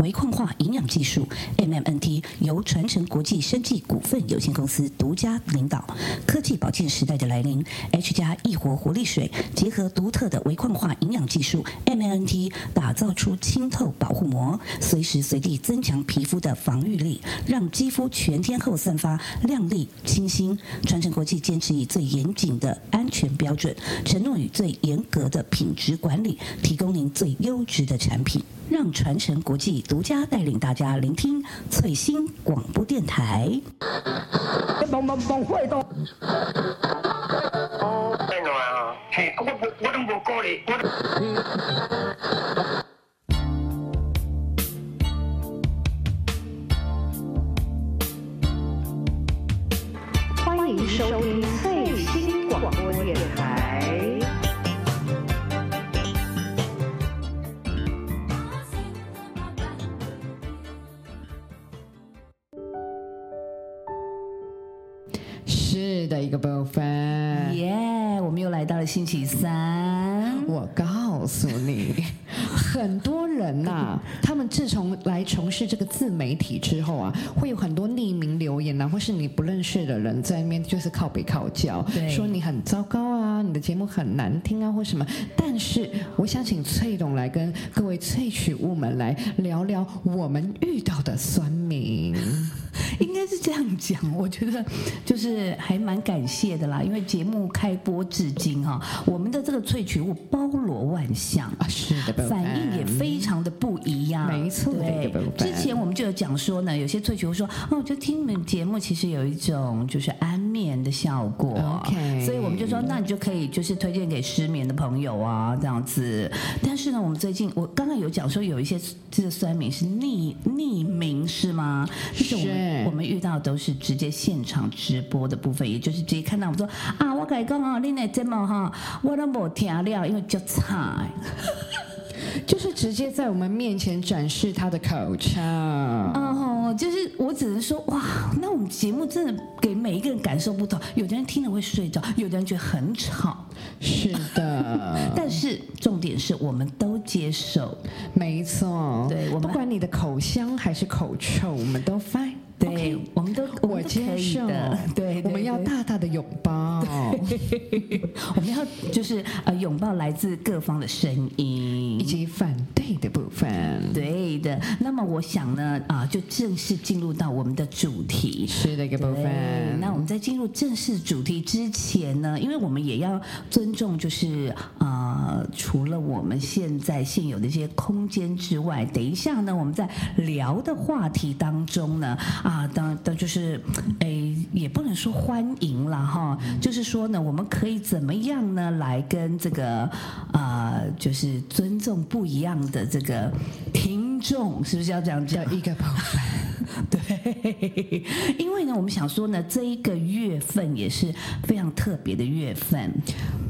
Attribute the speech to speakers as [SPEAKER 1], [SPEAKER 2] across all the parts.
[SPEAKER 1] 微矿化营养技术 （MMNT） 由传承国际生技股份有限公司独家领导。科技保健时代的来临，H 加益活活力水结合独特的微矿化营养技术 （MMNT），打造出清透保护膜，随时随地增强皮肤的防御力，让肌肤全天候散发亮丽清新。传承国际坚持以最严谨的安全标准，承诺与最严格的品质管理，提供您最优质的产品。让传承国际独家带领大家聆听翠星广播电台。
[SPEAKER 2] 董董董会董，
[SPEAKER 3] 聽到啊？係，我我我都冇過嚟，我都。
[SPEAKER 4] 欢迎收听最新广播电台。
[SPEAKER 5] 是的一个部分。
[SPEAKER 1] 耶我们又来到了星期三。
[SPEAKER 5] 我告诉 你，很多人呐、他们自从来从事这个自媒体之后啊，会有很多匿名留言啊，或是你不认识的人在那边就是靠北靠脚
[SPEAKER 1] 对，
[SPEAKER 5] 说你很糟糕啊，你的节目很难听啊，或什么。但是我想请翠董来跟各位萃取物们来聊聊我们遇到的酸民。
[SPEAKER 1] 应该是这样讲，我觉得就是还蛮感谢的啦，因为节目开播至今哈、我们的这个萃取物包罗万象。
[SPEAKER 5] 啊，是的，部分
[SPEAKER 1] 反应也非常的不一样，
[SPEAKER 5] 嗯没错的一
[SPEAKER 1] 对
[SPEAKER 5] 个部，分
[SPEAKER 1] 之前我们就有讲说呢，有些萃取物说，哦，我就听你们节目，其实有一种就是安眠的效果
[SPEAKER 5] OK
[SPEAKER 1] 所以我们就说，那你就可以就是推荐给失眠的朋友啊，这样子。但是呢，我们最近我刚刚有讲说，有一些这个酸民是匿匿名是吗？就是我们
[SPEAKER 5] 是
[SPEAKER 1] 我们遇到都是直接现场直播的部分，也就是直接看到我们说啊，我跟你讲哦，你那节目哈，我都没听了，因为就差。
[SPEAKER 5] 就是直接在我们面前展示他的口罩。
[SPEAKER 1] 哦，就是我只能说，哇，那我们节目真的给每一个人感受不同，有的人听了会睡着，有的人觉得很吵，
[SPEAKER 5] 嗯是 的，
[SPEAKER 1] 但是重点是我们都接受，
[SPEAKER 5] 没错。
[SPEAKER 1] 对我们
[SPEAKER 5] 不管你的口香还是口臭，我们都 fine。
[SPEAKER 1] 对
[SPEAKER 5] OK，
[SPEAKER 1] 我们都我
[SPEAKER 5] 我
[SPEAKER 1] 们都可
[SPEAKER 5] 接
[SPEAKER 1] 以
[SPEAKER 5] 受
[SPEAKER 1] 的，对，对
[SPEAKER 5] 我们要
[SPEAKER 1] 对
[SPEAKER 5] 大大的拥抱。
[SPEAKER 1] 我们要就是呃拥抱来自各方的声
[SPEAKER 5] 以
[SPEAKER 1] 音。
[SPEAKER 5] 及反对的部分。
[SPEAKER 1] 对的，那么我想呢，啊、就正式进入到我们的主题。
[SPEAKER 5] 是的一个部
[SPEAKER 1] 对，
[SPEAKER 5] 分。
[SPEAKER 1] 那我们在进入正式主题之前呢，因为我们也要尊重，就是呃，除了我们现在现有的一些空间之外，等一下呢，我们在聊的话题当中呢，啊，当当就是，诶，也不能说欢迎啦哈，就是说呢，我们可以怎么样呢，来跟这个呃，就是尊重不一样的这个听众，是不是要这样讲？
[SPEAKER 5] 的一个部 分，
[SPEAKER 1] 对，因为呢，我们想说呢，这一个月份也是非常特别的月份，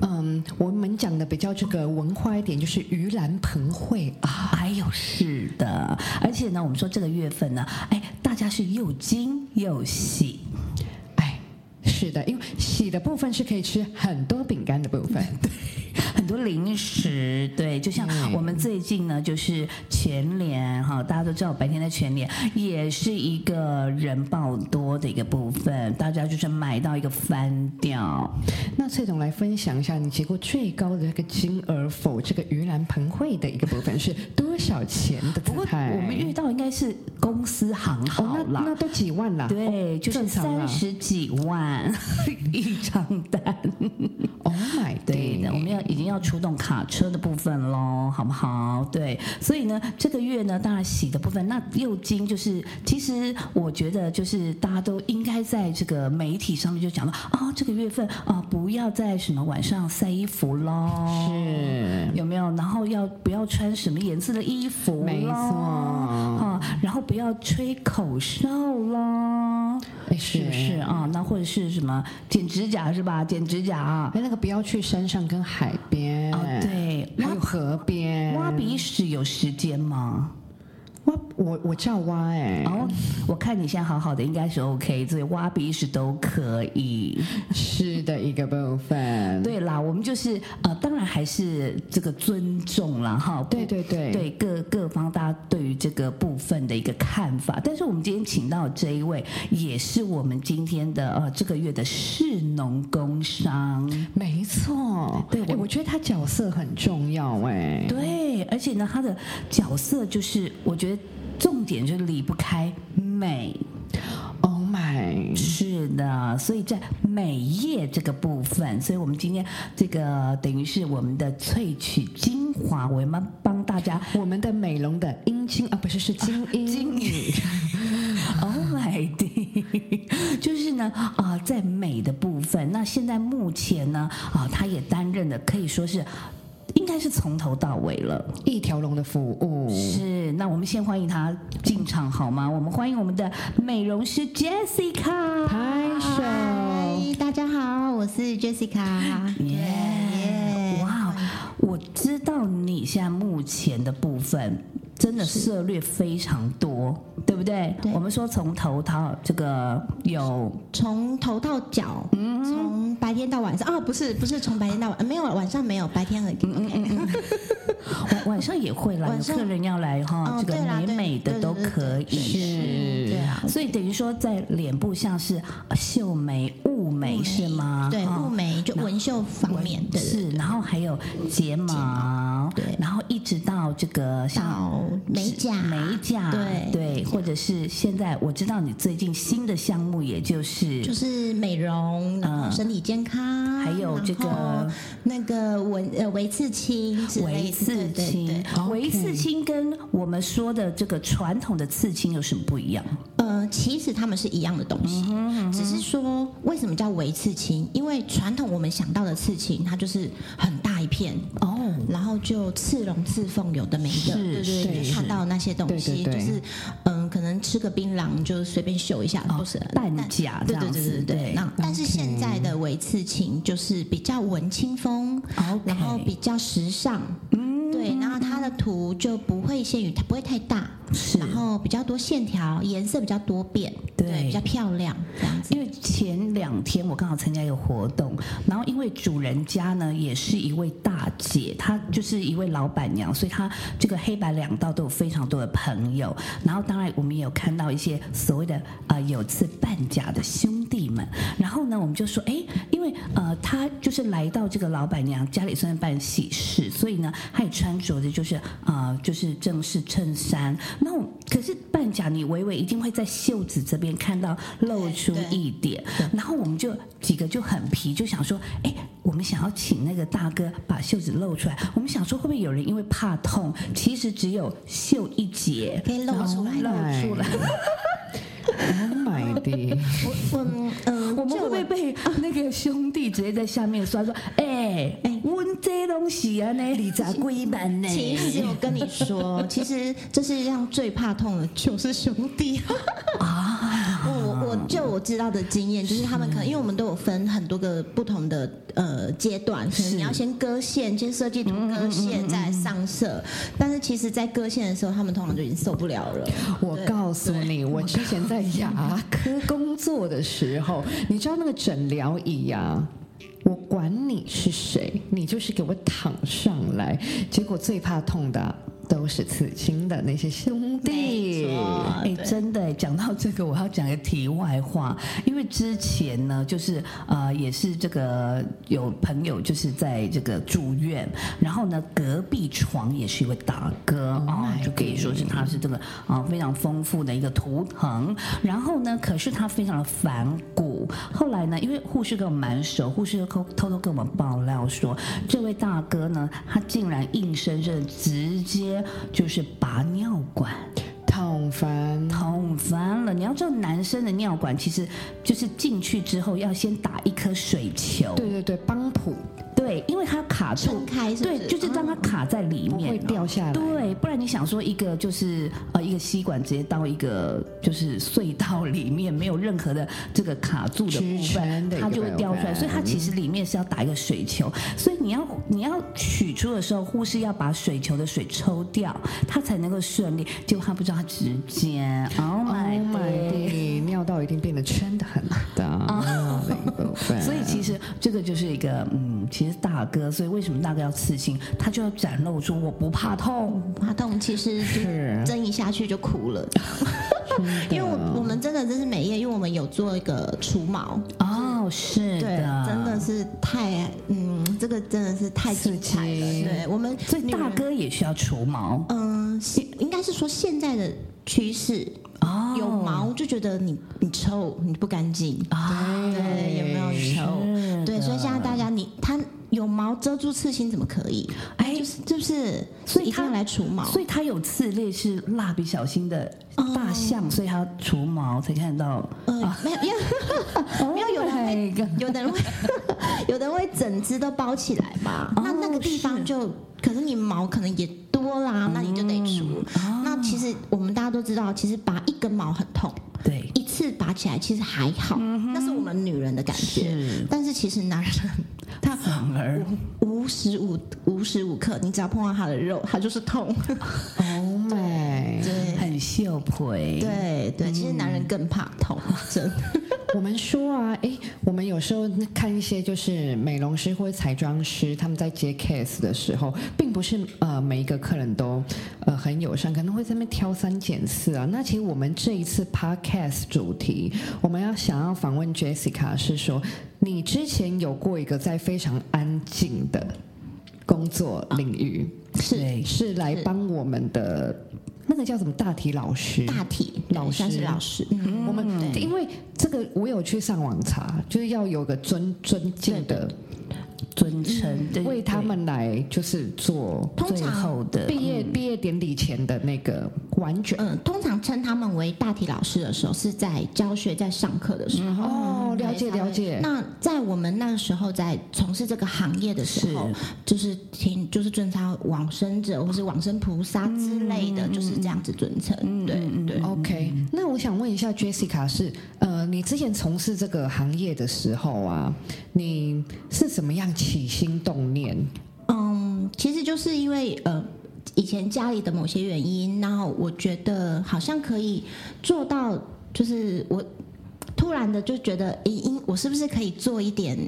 [SPEAKER 5] 嗯，我们讲的比较这个文化一点，就是盂兰盆会啊，
[SPEAKER 1] 哎呦，是的，而且呢，我们说这个月份呢，哎，大家是又惊又喜，
[SPEAKER 5] 哎，是的，因为洗的部分是可以吃很多饼干的部分，
[SPEAKER 1] 很多零食，对，就像
[SPEAKER 5] 嗯
[SPEAKER 1] 我们最近呢，就是全联哈，大家都知道我白天在全联也是一个人爆多的一个部分，大家就是买到一个翻掉，
[SPEAKER 5] 那翠总来分享一下，你结过最高的这个金额否？这个盂兰盆会的一个部分是多少钱的
[SPEAKER 1] 不过
[SPEAKER 5] 姿态？
[SPEAKER 1] 我们遇到应该是公司行号
[SPEAKER 5] 哦，
[SPEAKER 1] 啦。
[SPEAKER 5] 那那都几万啦。哦
[SPEAKER 1] 对，就是
[SPEAKER 5] 正常啊
[SPEAKER 1] 三
[SPEAKER 5] 啦
[SPEAKER 1] 十几万 一张单。
[SPEAKER 5] ，Oh my，
[SPEAKER 1] 对的，我们要已经要出动卡车的部分喽，好不好？对，所以呢，这个月呢，当然洗的部分，那右金就是，其实我觉得就是大家都应该在这个媒体上面就讲了，哦，这个月份啊、不要在什么晚上晒衣服喽，
[SPEAKER 5] 是
[SPEAKER 1] 有没有？然后要不要穿什么颜色的衣服？
[SPEAKER 5] 没错
[SPEAKER 1] 啊、然后不要吹口哨啦。
[SPEAKER 5] 哎
[SPEAKER 1] 是不是？啊？那或者是什么剪指甲是吧？剪指甲啊，
[SPEAKER 5] 哎，那个不要去山上跟海边，
[SPEAKER 1] 哦对
[SPEAKER 5] 还有河边。
[SPEAKER 1] 挖鼻屎有时间吗？
[SPEAKER 5] 挖我我我叫蛙哎、
[SPEAKER 1] 哦，我看你现在好好的，应该是 OK，所以挖鼻屎都可以。
[SPEAKER 5] 是的一个部分。
[SPEAKER 1] 对啦，我们就是呃，当然还是这个尊重啦，哈。
[SPEAKER 5] 对对对
[SPEAKER 1] 对各各方大家对于这个部分的一个看法。但是我们今天请到这一位，也是我们今天的呃这个月的市农工商。
[SPEAKER 5] 没错，
[SPEAKER 1] 对
[SPEAKER 5] 诶
[SPEAKER 1] 我
[SPEAKER 5] 我觉得他角色很重要哎、
[SPEAKER 1] 对，而且呢，他的角色就是我觉得重点就是离不开美。
[SPEAKER 5] Oh my，
[SPEAKER 1] 是的，所以在美业这个部分，所以我们今天这个等于是我们的萃取精华，我们帮大家。
[SPEAKER 5] 我们的美容的阴茎啊，不是是精英，
[SPEAKER 1] 精英，Oh my d 就是呢啊、在美的部分，那现在目前呢啊、他也担任的可以说是，应该是从头到尾了。
[SPEAKER 5] 一条龙的服务。
[SPEAKER 1] 是，那我们先欢迎他进场好吗？我们欢迎我们的美容师 Jessica。
[SPEAKER 5] 拍手，
[SPEAKER 6] 嗨，大家好，我是 Jessica。
[SPEAKER 1] 耶！哇，我知道你现在目前的部分真的涉略非常多，对不对？
[SPEAKER 6] 对
[SPEAKER 1] 我们说从头到这个有
[SPEAKER 6] 从头到脚，
[SPEAKER 1] 嗯
[SPEAKER 6] 从白天到晚上啊，不是不是从白天到晚，呃没有晚上没有，白天而已。
[SPEAKER 1] 嗯晚晚上也会来，
[SPEAKER 6] 晚
[SPEAKER 1] 有
[SPEAKER 6] 上
[SPEAKER 1] 客人要来哈，
[SPEAKER 6] 哦
[SPEAKER 1] 这个
[SPEAKER 6] 对啦
[SPEAKER 1] 美
[SPEAKER 6] 对
[SPEAKER 1] 美的
[SPEAKER 6] 对
[SPEAKER 1] 都
[SPEAKER 6] 对对
[SPEAKER 1] 可以。
[SPEAKER 6] 对啊，
[SPEAKER 1] 所以等于说，在脸部像是秀眉、雾眉是吗？哦
[SPEAKER 6] 对，
[SPEAKER 1] 哈
[SPEAKER 6] 雾眉就纹绣方面，对对
[SPEAKER 1] 是，然后还有睫毛，
[SPEAKER 6] 对
[SPEAKER 1] 然后一直到这个像
[SPEAKER 6] 到美甲，
[SPEAKER 1] 美甲，
[SPEAKER 6] 对
[SPEAKER 1] 对，或者是现在我知道你最近新的项目，也就是
[SPEAKER 6] 就是美容，然后身体健康，
[SPEAKER 1] 嗯还有这个
[SPEAKER 6] 然后那个纹呃微刺青之类
[SPEAKER 1] 微
[SPEAKER 6] 的，
[SPEAKER 1] 刺
[SPEAKER 6] 对对对
[SPEAKER 1] 青。微刺青跟我们说的这个传统的刺青有什么不一样？
[SPEAKER 6] 呃，其实他们是一样的东
[SPEAKER 1] 嗯
[SPEAKER 6] 西，只是说为什么叫微刺青？因为传统我们想到的刺青，它就是很大一片哦，然后就刺龙刺凤，有的没的，
[SPEAKER 1] 是
[SPEAKER 6] 对对对，
[SPEAKER 1] 是
[SPEAKER 6] 就看到那些东西，
[SPEAKER 5] 对对对
[SPEAKER 6] 就是嗯、可能吃个槟榔就随便秀一下，
[SPEAKER 1] 哦
[SPEAKER 6] 不是
[SPEAKER 1] 半
[SPEAKER 6] 但
[SPEAKER 1] 甲啊这
[SPEAKER 6] 对
[SPEAKER 1] 样
[SPEAKER 6] 对对
[SPEAKER 1] 子
[SPEAKER 6] 对对。那但是现在的微刺青就是比较文青风
[SPEAKER 1] OK
[SPEAKER 6] 然后比较时尚，嗯，对，然后它的图就不会限于它不会太大，
[SPEAKER 1] 是
[SPEAKER 6] 然后比较多线条，颜色比较多变，
[SPEAKER 1] 嗯对
[SPEAKER 6] 比较漂亮这样子。
[SPEAKER 1] 因为前两天我刚好参加一个活动，然后因为主人家呢也是一位大姐，她就是一位老板娘，所以她这个黑白两道都有非常多的朋友。然后当然我们也有看到一些所谓的呃有次半甲的兄弟们。然后呢，我们就说，哎，因为呃她就是来到这个老板娘家里，算是办喜事，所以呢，她也穿着的就是呃就是正式衬衫。那我可是半甲，你微微一定会在袖子这边看到露出
[SPEAKER 6] 对对
[SPEAKER 1] 一点，然后我们就几个就很皮，就想说，哎，我们想要请那个大哥把袖子露出来。我们想说，会不会有人因为怕痛，其实只有袖一截
[SPEAKER 6] 可以露出来
[SPEAKER 1] 然后露出 来？
[SPEAKER 5] ，Oh my d
[SPEAKER 6] 我我嗯嗯，
[SPEAKER 1] 哦我们
[SPEAKER 6] 就
[SPEAKER 1] 会不会被那个兄弟直接在下面刷说，哎哎，我这东西啊，那你咋归版呢？
[SPEAKER 6] 其实我跟你说，其实这世界上最怕痛的就是兄弟啊！我我就我知道的经验，就是他们可能因为我们都有分很多个不同的呃阶段，可能你要先割线，先设计图
[SPEAKER 1] 嗯
[SPEAKER 6] 割线，再来上色。但是其实，在割线的时候，他们通常就已经受不了了。
[SPEAKER 1] 哦
[SPEAKER 5] 我告诉你，我之前在牙科工作的时候，你知道那个诊疗椅呀、我管你是谁，你就是给我躺上来。结果最怕痛的都是刺青的那些兄弟。
[SPEAKER 1] 哎、真的，讲到这个，我要讲个题外话，因为之前呢，就是呃，也是这个有朋友就是在这个住院，然后呢，隔壁床也是一位大哥啊、就可以说是他是这个啊、非常丰富的一个图腾，然后呢，可是他非常的反骨，后来呢，因为护士跟我们蛮熟，护士就偷偷偷跟我们爆料说，这位大哥呢，他竟然硬生生地直接就是拔尿管。
[SPEAKER 5] 痛翻，
[SPEAKER 1] 痛翻了！你要知道，男生的尿管其实就是进去之后要先打一颗水球，
[SPEAKER 5] 对对对，帮浦
[SPEAKER 1] 对对，因为它卡住
[SPEAKER 6] 撑，开是不是嗯
[SPEAKER 1] 对，就是让它卡在里
[SPEAKER 5] 不
[SPEAKER 1] 面啊
[SPEAKER 5] 会
[SPEAKER 1] 了，
[SPEAKER 5] 掉下来。
[SPEAKER 1] 对，不然你想说一个就是呃一个吸管直接到一个就是隧道里面，没有任何的这个卡住的
[SPEAKER 5] 支
[SPEAKER 1] 部
[SPEAKER 5] 撑
[SPEAKER 1] 分
[SPEAKER 5] 的，一个
[SPEAKER 1] 它就会掉出来。
[SPEAKER 5] 部分
[SPEAKER 1] 所以它其实里面是要打一个水球，所以你要你要取出的时候，护士要把水球的水抽掉，它才能够顺利。结果他不知道，他直接 Oh
[SPEAKER 5] Oh
[SPEAKER 1] my
[SPEAKER 5] my
[SPEAKER 1] god！
[SPEAKER 5] god！尿道一定变得圈的很 大，尿的一部分。
[SPEAKER 1] 啊所以其实这个就是一个嗯，其实大哥，所以为什么大哥要刺青，他就要展露出我不怕痛，
[SPEAKER 6] 马桶其实
[SPEAKER 5] 是
[SPEAKER 6] 就针一下去就哭了， 因为我我们真的真是美业，因为我们有做一个除毛，
[SPEAKER 1] 哦，是
[SPEAKER 6] 对，
[SPEAKER 1] 的，
[SPEAKER 6] 真的是太嗯，这个真的是太精彩了。对我们
[SPEAKER 1] 所以
[SPEAKER 6] 女人
[SPEAKER 1] 大哥也需要除毛
[SPEAKER 6] 嗯、现应该是说现在的趋势，
[SPEAKER 1] 哦
[SPEAKER 6] 有毛就觉得你你臭，你不干净，
[SPEAKER 1] 啊，
[SPEAKER 6] 对，有没有
[SPEAKER 1] 是
[SPEAKER 6] 臭？对，所以现在大家你他有毛遮住刺青怎么可以？
[SPEAKER 1] 哎
[SPEAKER 6] 就是就是，
[SPEAKER 1] 所以
[SPEAKER 6] 一定
[SPEAKER 1] 他
[SPEAKER 6] 要来除毛。
[SPEAKER 1] 所以他有刺类是蜡笔小新的大象，
[SPEAKER 6] 哦
[SPEAKER 1] 所以他要除毛才看得到。
[SPEAKER 6] 呃，没有， 没有，没有，有人会，有的人会， 有的人会整只都包起来嘛。那那个地方就，可哦是你嗯毛可能也多啦，那你就得除。那其实我们大家都知道，其实拔一根毛很痛，
[SPEAKER 1] 对，
[SPEAKER 6] 一次拔起来其实还好，那是我们女人的感觉。
[SPEAKER 1] 是
[SPEAKER 6] 但嗯是其实男人
[SPEAKER 1] 他
[SPEAKER 6] 哦
[SPEAKER 1] 反而
[SPEAKER 6] 无时无无时无刻，你只要碰到他的肉，他就是痛。
[SPEAKER 5] Oh my！
[SPEAKER 6] 对
[SPEAKER 1] 很秀培。
[SPEAKER 6] 对对，其实男人更怕痛，真 的。
[SPEAKER 5] 我们说啊，诶，我们有时候看一些就是美容师或者彩妆师，他们在接 case 的时候，并不是呃每一个客人都呃很友善，可能会在那边挑三拣四啊。那其实我们这一次 podcast 主题，我们要想要访问 Jessica 是说，你之前有过一个在非常安静的工作领域，
[SPEAKER 1] 对
[SPEAKER 5] 是来帮我们的那个叫什么大体老师？
[SPEAKER 6] 大体
[SPEAKER 5] 老
[SPEAKER 6] 对算
[SPEAKER 5] 师
[SPEAKER 6] 是老师，嗯，
[SPEAKER 5] 我们因为这个，我有去上网查，就是要有个尊尊敬的，
[SPEAKER 1] 尊称，
[SPEAKER 6] 嗯
[SPEAKER 1] 对
[SPEAKER 5] 为他们来就是做
[SPEAKER 6] 通
[SPEAKER 1] 最
[SPEAKER 6] 常
[SPEAKER 1] 后的
[SPEAKER 5] 毕业毕业典礼前的那个完整。
[SPEAKER 6] 嗯，通常称他们为大体老师的时候，是在教学、在上课的时候。
[SPEAKER 5] 哦，了解
[SPEAKER 6] 对才会
[SPEAKER 5] 了解，
[SPEAKER 6] 那在我们那时候在从事这个行业的时候，就是听就是尊称往生者或是往生菩萨之类
[SPEAKER 5] 嗯
[SPEAKER 6] 的，就是这样子尊称。对对，
[SPEAKER 5] OK，那
[SPEAKER 6] 嗯
[SPEAKER 5] 我想问一下 Jessica 是，呃，你之前从事这个行业的时候啊，你是怎么样起心动念？
[SPEAKER 6] 嗯，其实就是因为呃。以前家里的某些原因，然后我觉得好像可以做到，就是我突然的就觉得，诶，应我是不是可以做一点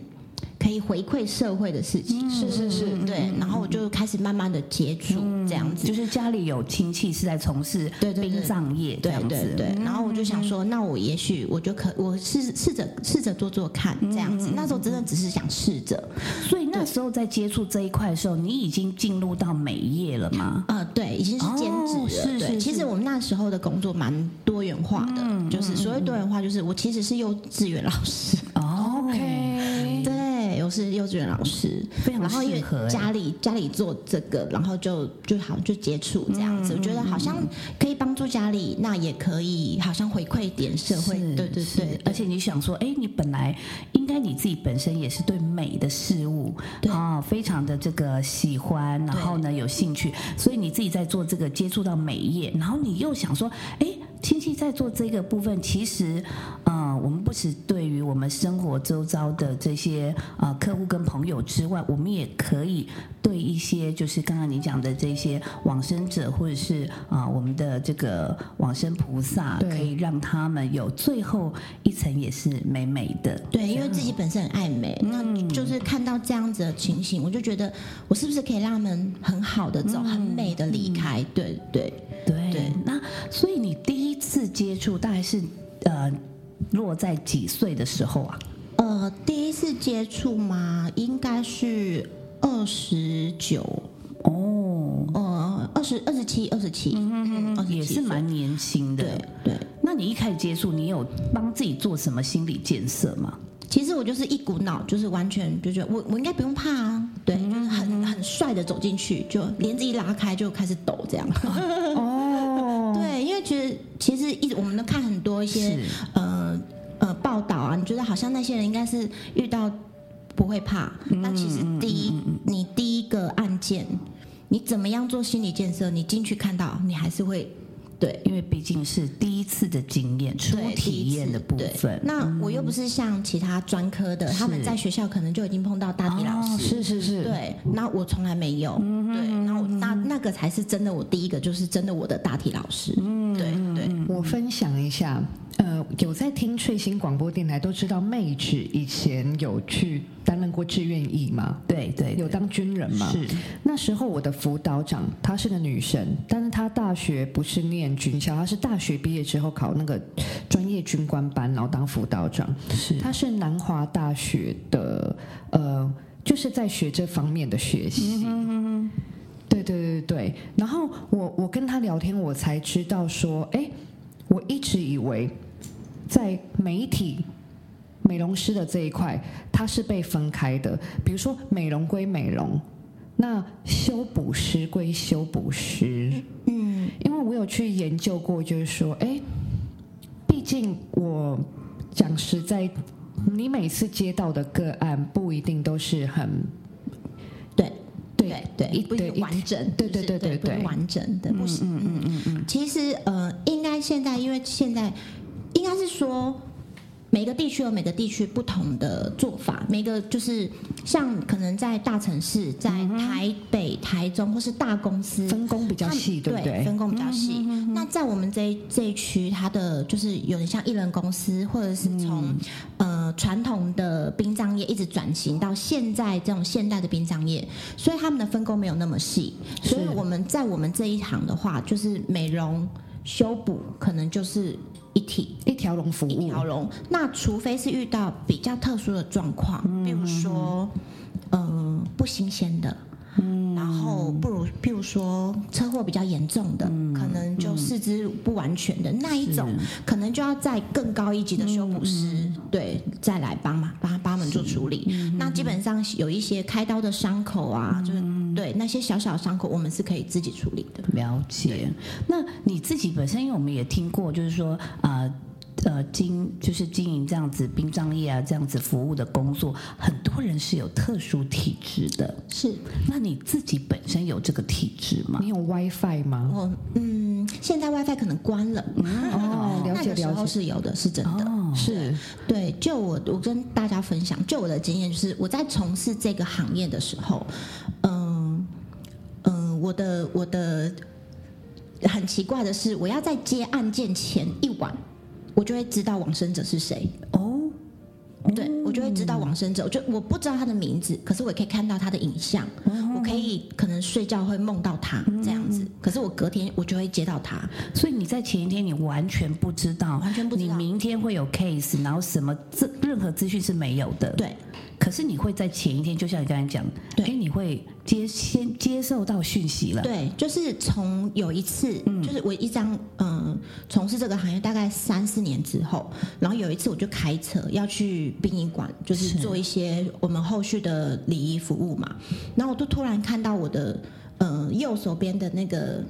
[SPEAKER 6] 可以回馈社会的事
[SPEAKER 1] 嗯
[SPEAKER 6] 情？是是是，对。然后我就开始慢慢的接触这样子，
[SPEAKER 1] 嗯就是家里有亲戚是在从事
[SPEAKER 6] 对对对
[SPEAKER 1] 殡葬业这
[SPEAKER 6] 对
[SPEAKER 1] 样
[SPEAKER 6] 对
[SPEAKER 1] 子，嗯
[SPEAKER 6] 对，然后我就想说，那我也许我就可，我试试着试着做做看，
[SPEAKER 1] 嗯
[SPEAKER 6] 这样子。那时候真的只是想试着，
[SPEAKER 1] 所以那时候在接触这一块的时候，你已经进入到美业了吗？
[SPEAKER 6] 呃，对，已经是兼职了。
[SPEAKER 1] 哦是
[SPEAKER 6] 对
[SPEAKER 1] 是
[SPEAKER 6] 其实
[SPEAKER 1] 是嗯
[SPEAKER 6] 我们那时候的工作蛮多元化的，就是所谓多元化，就是我其实是幼稚园老师，
[SPEAKER 1] 哦
[SPEAKER 5] OK，
[SPEAKER 6] 对，我是幼稚园老师，
[SPEAKER 1] 非常
[SPEAKER 6] 然后因
[SPEAKER 1] 适
[SPEAKER 6] 为
[SPEAKER 1] 合欸
[SPEAKER 6] 家里家里做这个，然后就就好就接触这样
[SPEAKER 1] 嗯
[SPEAKER 6] 子，我觉得好像可以帮助家里，那也可以好像回馈一点社会，
[SPEAKER 1] 是
[SPEAKER 6] 对对
[SPEAKER 1] 是
[SPEAKER 6] 对，
[SPEAKER 1] 而且你想说，哎，你本来应该你自己本身也是对美的事物
[SPEAKER 6] 对
[SPEAKER 1] 啊、非常的这个喜欢，然后呢有兴趣，所以你自己在做这个接触到美业，然后你又想说，哎。亲戚在做这个部分，其实，呃，我们不只对于我们生活周遭的这些呃客户跟朋友之外，我们也可以对一些就是刚刚你讲的这些往生者或者是啊、呃我们的这个往生菩萨，
[SPEAKER 5] 对
[SPEAKER 1] 可以让他们有最后一层也是美美的。
[SPEAKER 6] 对，因为自己本身很爱美，
[SPEAKER 1] 嗯
[SPEAKER 6] 那就是看到这样子的情形，我就觉得我是不是可以让他们很好的
[SPEAKER 1] 嗯
[SPEAKER 6] 走，很美的离开？对对。
[SPEAKER 1] 对，
[SPEAKER 6] 对
[SPEAKER 1] 那所以你第一次接触大概是呃落在几岁的时候啊？
[SPEAKER 6] 呃，第一次接触嘛，应该是二十九，
[SPEAKER 1] 哦，
[SPEAKER 6] 呃，二十二十七，二十七，嗯，27
[SPEAKER 1] 也是蛮年轻的。
[SPEAKER 6] 对对。
[SPEAKER 1] 那你一开始接触，你有帮自己做什么心理建设吗？
[SPEAKER 6] 其实我就是一股脑，就是完全就觉得我我应该不用怕啊，对，
[SPEAKER 1] 嗯
[SPEAKER 6] 就是很很帅的走进去，就帘子一拉开就开始抖这样。哦， 对，因为其实其实一直我们都看很多一些
[SPEAKER 1] 是
[SPEAKER 6] 呃呃报道啊，你觉得好像那些人应该是遇到。不会怕。那其实第一，你第一个案件，你怎么样做心理建设？你进去看到，你还是会对。
[SPEAKER 1] 因为毕竟是第一次的经验，初
[SPEAKER 6] 对
[SPEAKER 1] 体验的部
[SPEAKER 6] 第一次对
[SPEAKER 1] 分。嗯
[SPEAKER 6] 那我又不是像其他专科的，他们在学校可能就已经碰到大体老
[SPEAKER 1] 哦嗯
[SPEAKER 5] 是
[SPEAKER 6] 师，
[SPEAKER 5] 是是，
[SPEAKER 6] 对，那我从来没有，对，那我那那个才是真的，我第一个就是真的我的大体老师，
[SPEAKER 1] 嗯
[SPEAKER 6] 对对，
[SPEAKER 5] 我分享一下，呃，有在听翠星广播电台都知道，妹子以前有去担任过志愿役嘛，
[SPEAKER 1] 对对，
[SPEAKER 5] 有当军人嘛。
[SPEAKER 1] 是
[SPEAKER 5] 那时候我的辅导长她是个女生，但是她大学不是念军校，她是大学毕业之后考那个专业军官班，然后当辅导长。
[SPEAKER 1] 是
[SPEAKER 5] 她是南华大学的，呃，就是在学这方面的学习。对对对对，然后我我跟她聊天，我才知道说，哎，我一直以为在媒体美容师的这一块，它是被分开的。比如说，美容归美容，那修补师归修补师。嗯，因为我有去研究过，就是说，哎，毕竟我讲实在，你每次接到的个案不一定都是很
[SPEAKER 6] 对
[SPEAKER 5] 对
[SPEAKER 6] 对
[SPEAKER 5] 一
[SPEAKER 6] 对，不一定
[SPEAKER 5] 对一
[SPEAKER 6] 完整，
[SPEAKER 5] 对
[SPEAKER 6] 就
[SPEAKER 5] 对
[SPEAKER 6] 是
[SPEAKER 5] 对对
[SPEAKER 6] 不一定
[SPEAKER 5] 对
[SPEAKER 6] 完整的，不行。嗯嗯嗯。其实呃，应该现在因为现在应该是说。每个地区有每个地区不同的做法，每个就是像可能在大城市，在台北、台中或是大公司，
[SPEAKER 5] 分工比
[SPEAKER 6] 他
[SPEAKER 5] 较
[SPEAKER 6] 们
[SPEAKER 5] 细，对不对？嗯
[SPEAKER 6] 分工比较细。那在我们这一这一区，它的就是有点像艺人公司，或者是从、
[SPEAKER 5] 嗯
[SPEAKER 6] 呃传统的殡葬业一直转型到现在这种现代的殡葬业，所以他们的分工没有那么细。所以我们在我们这一行的话，就是美容修补可能就是一体。
[SPEAKER 5] 一条龙服
[SPEAKER 6] 一
[SPEAKER 5] 务，
[SPEAKER 6] 条龙。那除非是遇到比较特殊的状况，比如说，嗯，不新鲜的。
[SPEAKER 5] 嗯
[SPEAKER 6] 然后，不如，譬如说车祸比较严重的，
[SPEAKER 5] 嗯
[SPEAKER 6] 可能就四肢不完全的那一种，可能就要在更高一级的修补
[SPEAKER 5] 嗯
[SPEAKER 6] 师、对再来帮忙帮帮他们做处理。
[SPEAKER 5] 嗯
[SPEAKER 6] 那基本上有一些开刀的伤口啊，就是对那些小小的伤口，我们是可以自己处理的。
[SPEAKER 1] 了解。那你自己本身，因为我们也听过，就是说，呃。呃，经就是经营这样子殡葬业啊，这样子服务的工作，很多人是有特殊体质的。
[SPEAKER 6] 是，
[SPEAKER 1] 那你自己本身有这个体质吗
[SPEAKER 5] 你？有 WiFi 吗？
[SPEAKER 6] 我嗯，现在 WiFi 可能关了，
[SPEAKER 5] 哦，了
[SPEAKER 6] 那
[SPEAKER 5] 解
[SPEAKER 6] 个时
[SPEAKER 5] 了
[SPEAKER 6] 候
[SPEAKER 5] 解，
[SPEAKER 6] 是有的，是真的。
[SPEAKER 1] 哦
[SPEAKER 5] 是
[SPEAKER 6] 对，就我我跟大家分享，就我的经验就是，我在从事这个行业的时候，嗯嗯，我的我的很奇怪的是，我要在接案件前一晚，我就会知道往生者是谁。
[SPEAKER 1] 哦，
[SPEAKER 6] 对，我就会知道往生者，我就我不知道他的名字，可是我也可以看到他的影像，我可以可能睡觉会梦到他这样子，可是我隔天我就会接到他。
[SPEAKER 1] 所以你在前一天你完全不知道，
[SPEAKER 6] 完全不知道
[SPEAKER 1] 你明天会有 case，然后什么这任何资讯是没有的。。
[SPEAKER 6] 对，
[SPEAKER 1] 可是你会在前一天，就像你刚才讲，
[SPEAKER 6] 对
[SPEAKER 1] 哎，你会接先接受到讯息了。
[SPEAKER 6] 对，就是从有一次，就是我一张嗯从事这个行业大概三四年之后，然后有一次我就开车要去殡仪馆，就是做一些我们后续的礼仪服务嘛，然后我就突然看到我的呃右手边的那个。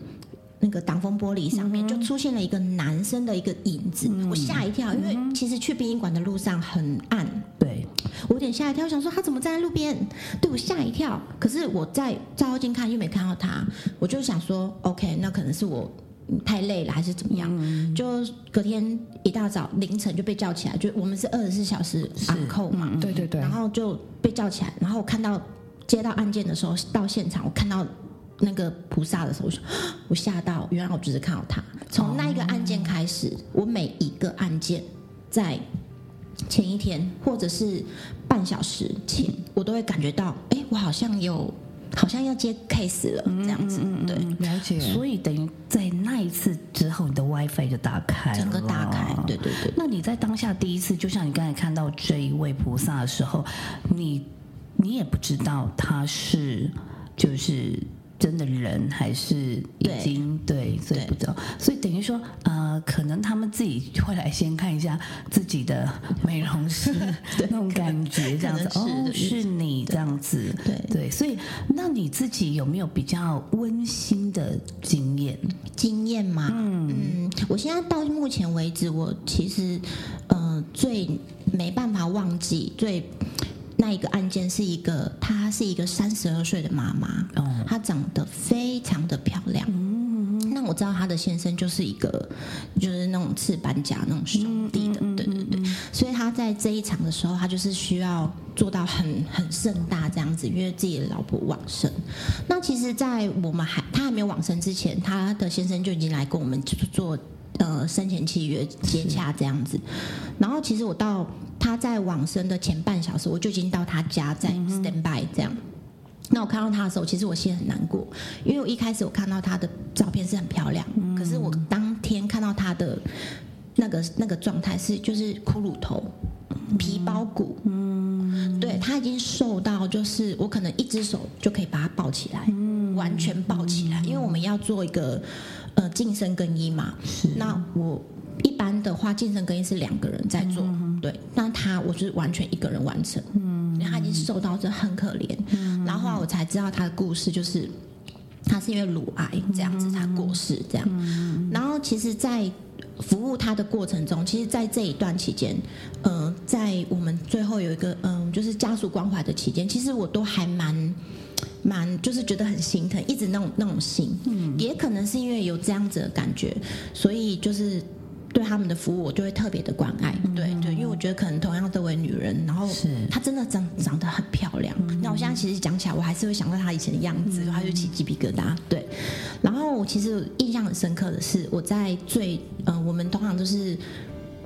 [SPEAKER 6] 那个挡风玻璃上面就出现了一个男生的一个影子，我吓一跳，因为其实去殡仪馆的路上很暗，
[SPEAKER 1] 对，
[SPEAKER 6] 我有点吓一跳，我想说他怎么站在路边，对我吓一跳。可是我在照妖镜看又没看到他，我就想说，OK，那可能是我嗯太累了还是怎么样。
[SPEAKER 5] 嗯
[SPEAKER 6] 就隔天一大早凌晨就被叫起来，就我们是二十四小时按扣嘛，
[SPEAKER 5] 嗯对对对
[SPEAKER 6] 然后就被叫起来，然后我看到接到案件的时候到现场，我看到。那个菩萨的时候，我说啊 我吓到，原来我只是看到他。从那一个案件开始，我每一个案件在前一天或者是半小时前，我都会感觉到，哎、我好像有，好像要接 case 了，这样子，对，
[SPEAKER 5] 了解。
[SPEAKER 6] 嗯
[SPEAKER 1] 所以等于在那一次之后，你的 WiFi 就打开了，
[SPEAKER 6] 整个打开，
[SPEAKER 1] 哦
[SPEAKER 6] 对。对对。
[SPEAKER 1] 那你在当下第一次，就像你刚才看到这一位菩萨的时候，你你也不知道他是就是真的人还是已
[SPEAKER 6] 对
[SPEAKER 1] 经对，所以
[SPEAKER 6] 对
[SPEAKER 1] 不知道。所以等于说，呃，可能他们自己会来先看一下自己的美容 师那种感觉，这样子
[SPEAKER 6] 可能是
[SPEAKER 1] 哦，
[SPEAKER 6] 对
[SPEAKER 1] 是你这样子，
[SPEAKER 6] 对
[SPEAKER 1] 对。所以，那你自己有没有比较温馨的经验？
[SPEAKER 6] 经验嘛，嗯我现在到目前为止，我其实呃最没办法忘记、最那一个案件是一个，她是一个三十二岁的妈妈，她长得非常的漂亮。那我知道她的先生就是一个，就是那种赤斑甲那种兄弟的，对对对。所以她在这一场的时候，她就是需要做到很很盛大这样子，因为自己的老婆往生。那其实，在我们还她还没有往生之前，她的先生就已经来跟我们就是做呃生前契约接洽这样子。然后其实我到她在往生的前半小时，我就已经到她家在 stand by 这样。那我看到她的时候，其实我心里很难过，因为我一开始我看到她的照片是很漂亮，可是我当天看到她的那个那个状态是就是骷髅头、皮包骨，对他已经瘦到，就是我可能一只手就可以把它抱起来，完全抱起来，因为我们要做一个呃净身更衣嘛。那我一般的话，净身更衣是两个人在做，对，那他我就是完全一个人完成，嗯，他已经瘦到这很可怜。然后后来我才知道他的故事，就是他是因为乳癌这样子，他过世这样。然后其实，在服务他的过程中，其实，在这一段期间，嗯、在我们最后有一个嗯、就是家属关怀的期间，其实我都还蛮蛮，就是觉得很心疼，一直那种那种心，嗯，也可能是因为有这样子的感觉，所以就是。对他们的服务，我就会特别的关爱。对对，因为我觉得可能同样都为女人，然后她真的长长得很漂亮。那我现在其实讲起来，我还是会想到她以前的样子，她就起鸡皮疙瘩。对，然后我其实印象很深刻的是，我在最呃，我们通常都是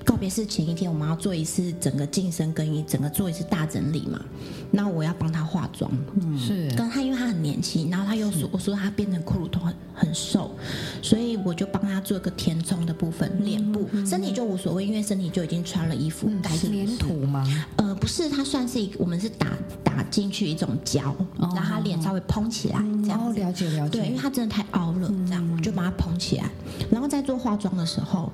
[SPEAKER 6] 告别式前一天，我们要做一次整个净身更衣，整个做一次大整理嘛。那我要帮她化妆，
[SPEAKER 5] 是
[SPEAKER 6] 跟他，因为他很年轻，然后他又说，我说他变成骷髅头很很瘦，所以我就帮他做一个填充的部分，脸部、身体就无所谓，因为身体就已经穿了衣服盖
[SPEAKER 5] 嗯是
[SPEAKER 6] 住。
[SPEAKER 5] 粘土吗？
[SPEAKER 6] 呃，不是，它算是一个，我们是打打进去一种胶，让他脸稍微蓬起来，这样
[SPEAKER 5] 哦，
[SPEAKER 6] 子。
[SPEAKER 5] 了解嗯了
[SPEAKER 6] 对，因为
[SPEAKER 5] 解，
[SPEAKER 6] 他真的太凹了，这样我就把它蓬起来。然后在做化妆的时候，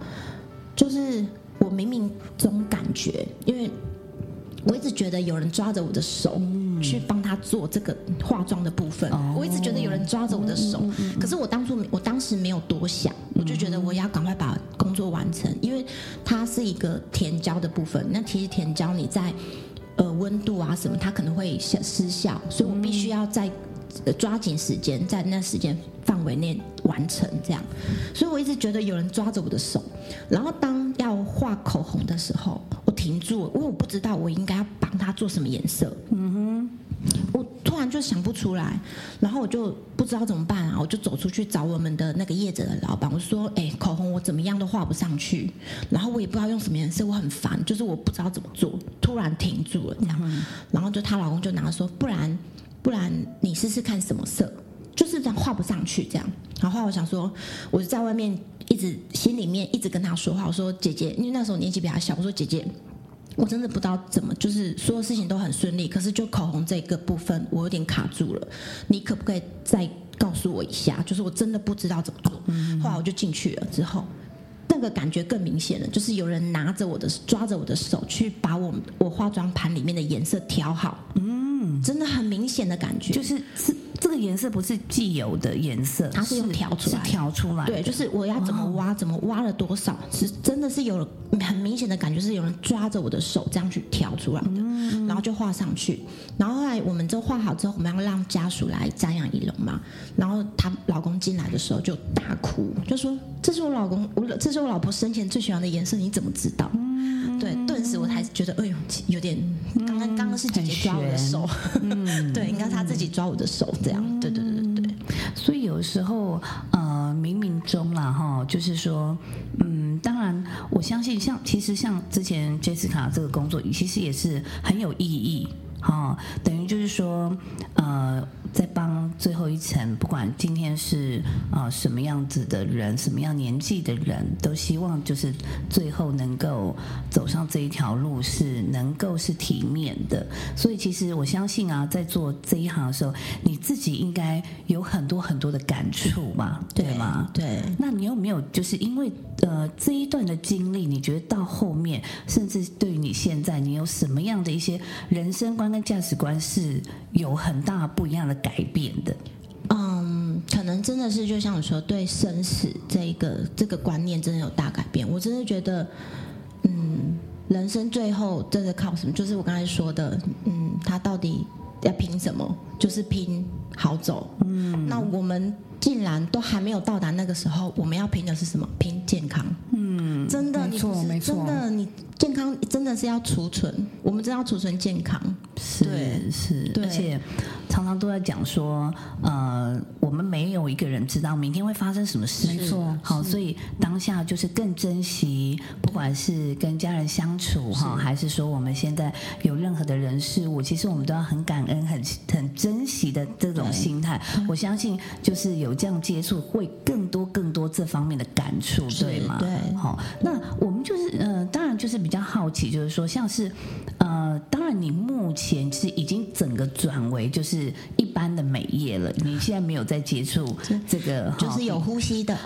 [SPEAKER 6] 就是我冥冥中感觉，因为我一直觉得有人抓着我的手。
[SPEAKER 5] 嗯
[SPEAKER 6] 去帮他做这个化妆的部分，
[SPEAKER 5] 哦
[SPEAKER 6] 我一直觉得有人抓着我的
[SPEAKER 5] 嗯
[SPEAKER 6] 手，可是我当初没我当时没有多想，我就觉得我要赶快把工作完成，因为它是一个填胶的部分。那其实填胶你在呃温度啊什么，它可能会失失效，所以我必
[SPEAKER 5] 嗯
[SPEAKER 6] 须要在呃抓紧时间，在那时间范围内完成这样。所以我一直觉得有人抓着我的手，然后当要画口红的时候，我停住了，因为我不知道我应该要帮他做什么颜色。嗯哼，我突然就想不出来，然后我就不知道怎么办啊，我就走出去找我们的那个业者的老板，我说：“哎、口红我怎么样都画不上去，然后我也不知道用什么颜色，我很烦，就是我不知道怎么做，突然停住了这样。然后就她老公就拿说：“不然，不然你试试看什么色。”就是这样画不上去，这样。然后后来我想说，我就在外面一直心里面一直跟他说话，我说姐姐，因为那时候年纪比他小，我说姐姐，我真的不知道怎么，就是所有事情都很顺利，可是就口红这个部分，我有点卡住了，你可不可以再告诉我一下？就是我真的不知道怎么做。后来我就进去了之后。那个感觉更明显了，就是有人拿着我的抓着我的手去把我我化妆盘里面的颜色调好，嗯，真的很明显的感觉，
[SPEAKER 1] 就是是这个颜色不是既有的颜色，
[SPEAKER 6] 它是用调出来的
[SPEAKER 1] 是调出来的，
[SPEAKER 6] 对，就是我要怎么挖，怎么挖了多少，是真的是有很明显的感觉，是有人抓着我的手这样去挑出来的，
[SPEAKER 1] 嗯
[SPEAKER 6] 然后就画上去。然后后来我们就画好之后，我们要让家属来瞻仰仪容嘛。然后她老公进来的时候就大哭，就说：“这是我老公，我这是我老婆生前最喜欢的颜色，你怎么知道？”
[SPEAKER 1] 嗯
[SPEAKER 6] 对，顿时我才觉得，哎呦，有点刚刚刚刚是姐姐抓我的手， 对，应该是她自己抓我的手这
[SPEAKER 1] 嗯
[SPEAKER 6] 样，对对对对对。
[SPEAKER 1] 所以有时候，呃，冥冥中啦，哈，就是说，嗯，当然，我相信像其实像之前 Jessica 这个工作，其实也是很有意义，哈、等于就是说，呃，在帮最后一层，不管今天是呃什么样子的人，什么样年纪的人，都希望就是最后能够走上这一条路是能够是体面的。所以其实我相信啊，在做这一行的时候，你自己应该有很多很多的感触嘛，对吗？
[SPEAKER 6] 对。
[SPEAKER 1] 那你有没有就是因为呃这一段的经历，你觉得到后面，甚至对于你现在，你有什么样的一些人生观跟价值观是有很大不一样的改变的？
[SPEAKER 6] 嗯，可能真的是就像我说，对生死这一个这个观念真的有大改变。我真的觉得，嗯，人生最后真的靠什么？就是我刚才说的，嗯，他到底要拼什么？就是拼好走。嗯，那我们既然都还没有到达那个时候，我们要拼的是什么？拼健康。嗯，真的，
[SPEAKER 5] 没
[SPEAKER 6] 你
[SPEAKER 5] 错
[SPEAKER 6] 不是
[SPEAKER 5] 没错
[SPEAKER 6] 真的，你健康真的是要储存，我们真的要储存健康。对
[SPEAKER 1] 是是，
[SPEAKER 6] 对
[SPEAKER 1] 而且常常都在讲说，呃，我们没有一个人知道明天会发生什么事，
[SPEAKER 5] 没错
[SPEAKER 1] 好，所以当下就是更珍惜，不管是跟家人相处哈，还是说我们现在有任何的人事物，其实我们都要很感恩、很很珍惜的这种心态。我相信就是有这样接触，会更多更多这方面的感触，
[SPEAKER 6] 是
[SPEAKER 1] 对吗？
[SPEAKER 6] 对
[SPEAKER 1] 好，那我们就是呃，当然就是比较好奇，就是说像是呃，当然你目前是已经整个转为就是一般的美业了，你现在没有在接触这个，哈
[SPEAKER 6] 就是有呼吸的，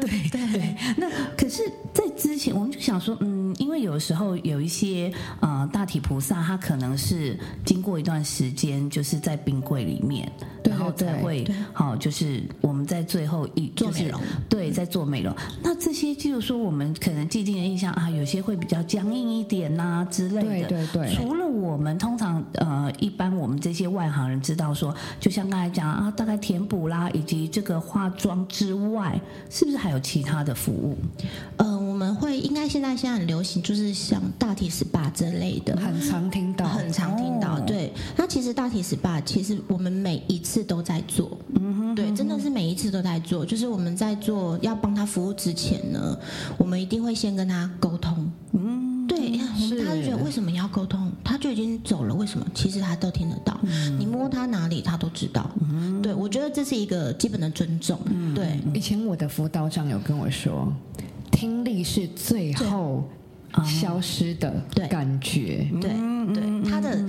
[SPEAKER 1] 对对。那可是，在之前我们就想说，嗯，因为有时候有一些呃大体菩萨，他可能是经过一段时间，就是在冰柜里面，
[SPEAKER 5] 对
[SPEAKER 1] 然后
[SPEAKER 5] 对
[SPEAKER 1] 才
[SPEAKER 5] 对
[SPEAKER 1] 会好、就是我们在最后一
[SPEAKER 6] 做
[SPEAKER 1] 就是
[SPEAKER 6] 美容
[SPEAKER 1] 对，在做美容。那这些就是说，我们可能既定的印象啊，有些会比较僵硬一点呐、之类的。
[SPEAKER 5] 对对对
[SPEAKER 1] 除了我们通常呃，一般我们这些外行人知道说，就像刚才讲啊，大概填补啦，以及这个化妆之外，是不是还有其他的服务？
[SPEAKER 6] 呃，我们会应该现在现在很流行，就是像大体 SPA 这类的，
[SPEAKER 5] 很常听到，
[SPEAKER 6] 很常听到。对，那其实大体 SPA 其实我们每一次都在做，嗯哼，对，真的是每一次都在做。就是我们在做要帮他服务之前呢，我们一定会先跟他沟通，嗯，对，我们他就觉得为什么要沟通？他就已经走了，为什么？其实他都听得到，你摸他哪里他都知道。对，我觉得这是一个基本的尊重，对。
[SPEAKER 5] 以前我的辅导长有跟我说，听力是最后
[SPEAKER 6] 哦
[SPEAKER 5] 消失的
[SPEAKER 6] 对
[SPEAKER 5] 感觉。
[SPEAKER 6] 对对，他的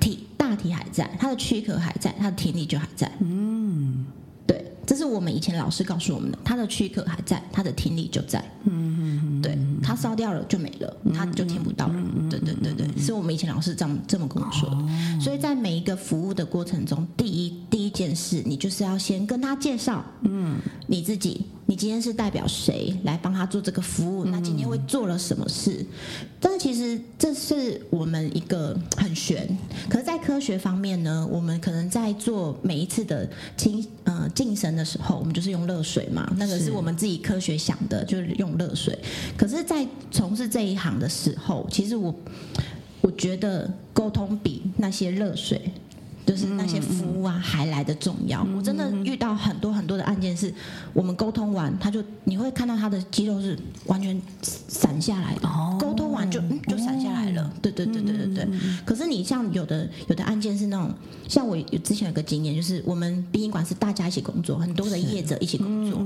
[SPEAKER 6] 体大体还在，他的躯壳还在，他的体力就还在。嗯，对，这是我们以前老师告诉我们的，他的躯壳还在，他的听力就在。嗯对，他烧掉了就没了，他就听不到了。对对对对，是我们以前老师这样这么跟我说的。所以在每一个服务的过程中，第一第一件事，你就是要先跟他介绍，嗯，你自己。你今天是代表谁来帮他做这个服务？那今天会做了什么事？但其实这是我们一个很悬，可是，在科学方面呢，我们可能在做每一次的清呃净神的时候，我们就是用热水嘛，那个是我们自己科学想的，就是用热水。可是，在从事这一行的时候，其实我我觉得沟通比那些热水。就是那些服务啊，还来的重要。我真的遇到很多很多的案件是，我们沟通完，他就你会看到他的肌肉是完全散下来的，
[SPEAKER 1] 哦
[SPEAKER 6] 沟通完就嗯就散下来了。嗯对对对对对对。可是你像有的有的案件是那种，像我有之前有个经验，就是我们殡仪馆是大家一起工作，很多的业者一起工作，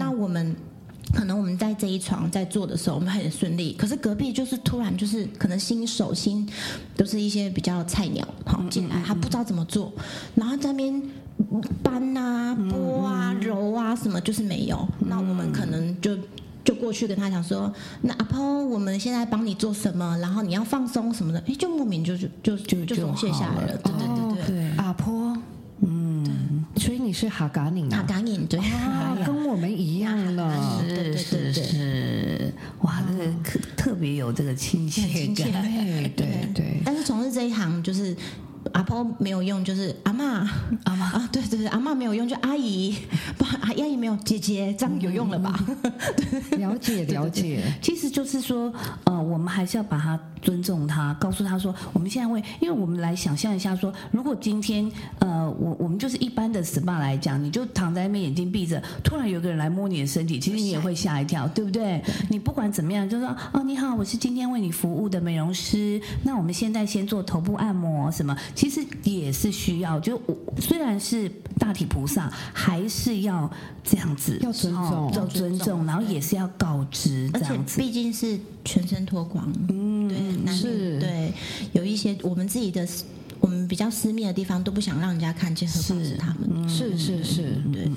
[SPEAKER 6] 那我们。可能我们在这一床在做的时候，我们很顺利。可是隔壁就是突然就是可能新手新都是一些比较菜鸟好进来，他不知道怎么做，然后在那边搬啊、拨啊、揉啊什么，就是没有。那我们可能就。就过去跟他讲说，那阿婆，我们现在帮你做什么？然后你要放松什么的，哎，就莫名就就就就就松懈下来了。对对
[SPEAKER 1] 哦
[SPEAKER 6] 对对，
[SPEAKER 5] 对，阿婆，嗯，所以你是哈嘎宁
[SPEAKER 6] 他
[SPEAKER 5] 啊，
[SPEAKER 6] 感应对，
[SPEAKER 5] 啊，跟我们一样了。
[SPEAKER 6] 对对对对，
[SPEAKER 1] 是，哇，这个特特别有这个亲切感。
[SPEAKER 5] 对对对，
[SPEAKER 6] 但是从事这一行就是。阿婆没有用，就是阿嬷，阿妈啊，对对对，阿嬷没有用，就阿姨，不，阿姨没有，姐姐，这样有用了吧？
[SPEAKER 5] 了解了解，
[SPEAKER 1] 其实就是说，呃，我们还是要把他尊重他，告诉他说，我们现在会，因为我们来想象一下说，如果今天，呃，我我们就是一般的 SPA 来讲，你就躺在那边眼睛闭着，突然有个人来摸你的身体，其实你也会吓一跳，对不对？你不管怎么样，就说，哦，你好，我是今天为你服务的美容师，那我们现在先做头部按摩什么，其实也是需要，就我虽然是大体菩萨，还是要这样子，
[SPEAKER 5] 要尊重
[SPEAKER 1] 哦要尊重，然后也是要告知
[SPEAKER 6] 而
[SPEAKER 1] 这
[SPEAKER 6] 且
[SPEAKER 1] 样子。
[SPEAKER 6] 毕竟是全身脱光，嗯，对，难免
[SPEAKER 5] 是
[SPEAKER 6] 对，有一些我们自己的我们比较私密的地方都不想让人家看见，何况是他们。
[SPEAKER 5] 是
[SPEAKER 1] 嗯
[SPEAKER 5] 是是，
[SPEAKER 6] 对，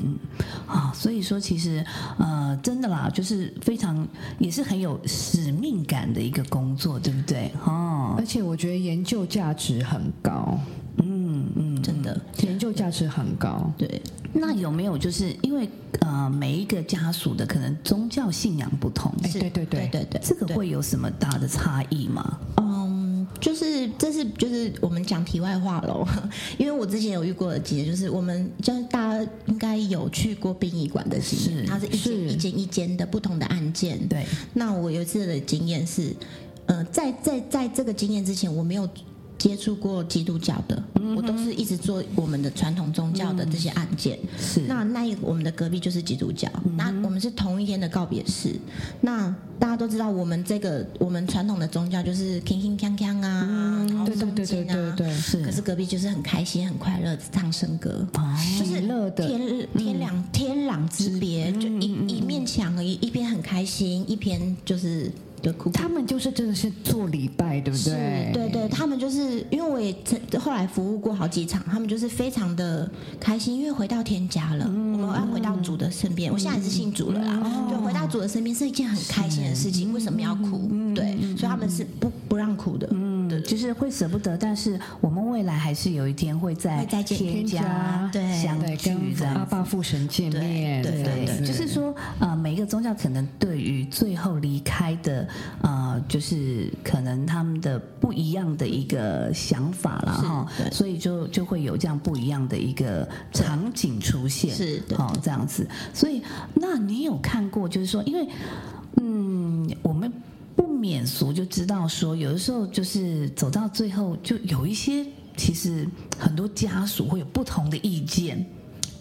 [SPEAKER 1] 啊，所以说其实呃，真的啦，就是非常也是很有使命感的一个工作，对不对？哦，
[SPEAKER 5] 而且我觉得研究价值很高。嗯
[SPEAKER 6] 嗯，真的，
[SPEAKER 5] 研究价值很高。
[SPEAKER 6] 对，
[SPEAKER 1] 那有没有就是因为呃每一个家属的可能宗教信仰不同，
[SPEAKER 5] 哎，对对
[SPEAKER 6] 对
[SPEAKER 5] 对，
[SPEAKER 6] 对对，
[SPEAKER 1] 这个
[SPEAKER 6] 对
[SPEAKER 1] 会有什么大的差异吗？
[SPEAKER 6] 嗯，就是这是就是我们讲题外话喽， 因为我之前有遇过的姐，就是我们就是大家应该有去过殡仪馆的经验，
[SPEAKER 1] 是
[SPEAKER 6] 它是一间
[SPEAKER 5] 是
[SPEAKER 6] 一间一间的不同的案件。
[SPEAKER 1] 对，
[SPEAKER 6] 那我有一次的经验是，呃，在在在这个经验之前，我没有。接触过基督教的，我都是一直做我们的传统宗教的这些案件。
[SPEAKER 1] 是
[SPEAKER 6] 那那一我们的隔壁就是基督教，那
[SPEAKER 5] 嗯
[SPEAKER 6] 我们是同一天的告别式。那大家都知道，我们这个我们传统的宗教就是铿铿锵锵啊，然
[SPEAKER 5] 嗯
[SPEAKER 6] 后
[SPEAKER 5] 对对
[SPEAKER 6] 诵
[SPEAKER 5] 对对
[SPEAKER 6] 经啊
[SPEAKER 5] 对。对，
[SPEAKER 1] 是哦
[SPEAKER 6] 可是隔壁就是很开心、很快乐，唱生歌，就是
[SPEAKER 5] 喜乐的嗯
[SPEAKER 6] 天天壤天壤之别，就一一面墙而已，一边很开心，一边就是就哭哭
[SPEAKER 5] 他们就是真的是做礼拜，对不
[SPEAKER 6] 是
[SPEAKER 5] 对？，
[SPEAKER 6] 对对，他们就是因为我也曾后来服务过好几场，他们就是非常的开心，因为回到天家了，我们要回到主的身边。我现在也是信主了啦，对，回到主的身边是一件很开心的事情。为什么要哭？对，所以他们是不不让哭的。
[SPEAKER 1] 嗯，就是会舍不得，但是我们未来还是有一天会在
[SPEAKER 6] 会再见
[SPEAKER 1] 添
[SPEAKER 5] 添加
[SPEAKER 1] 加
[SPEAKER 6] 对
[SPEAKER 1] 相
[SPEAKER 5] 对，
[SPEAKER 1] 聚这
[SPEAKER 5] 跟
[SPEAKER 1] 样
[SPEAKER 5] 阿
[SPEAKER 1] 子
[SPEAKER 5] 爸父神见面，
[SPEAKER 6] 对对
[SPEAKER 5] 这样
[SPEAKER 1] 对，
[SPEAKER 5] 子
[SPEAKER 1] 就是说，呃，每一个宗教可能对于最后离开的，呃，就是可能他们的不一样的一个想法啦，
[SPEAKER 6] 是
[SPEAKER 1] 哈，
[SPEAKER 6] 对
[SPEAKER 1] 所以就就会有这样不一样的一个场景出现，
[SPEAKER 6] 是对
[SPEAKER 1] 哦，这样子。所以，那你有看过，就是说，因为，嗯，我们。不免俗就知道说，有的时候就是走到最后，就有一些其实很多家属会有不同的意见，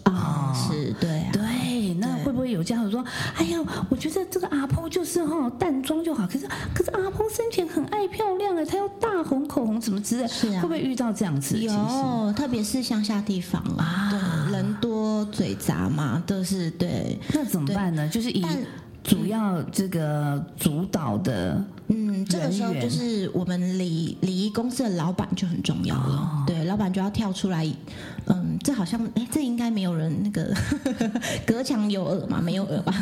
[SPEAKER 6] 啊，是对啊，
[SPEAKER 1] 对，那
[SPEAKER 6] 对
[SPEAKER 1] 会不会有家属说：“哎呀，我觉得这个阿婆就是哈、淡妆就好，可是可是阿婆生前很爱漂亮哎，她要大红口红什么之类，
[SPEAKER 6] 是啊
[SPEAKER 1] 会不会遇到这样子的情形？
[SPEAKER 6] 有，哦特别是乡下地方啊，对，人多嘴杂嘛，都是对。
[SPEAKER 1] 那怎么办呢？就是以
[SPEAKER 6] 但
[SPEAKER 1] 主要这个主导的
[SPEAKER 6] 嗯，这个时候
[SPEAKER 1] 人
[SPEAKER 6] 就
[SPEAKER 1] 员
[SPEAKER 6] 是我们礼礼仪公司的老板就很重要了，对，老板就要跳出来。嗯，这好像哎，这应该没有人那个 隔墙有耳嘛， 没有耳吧？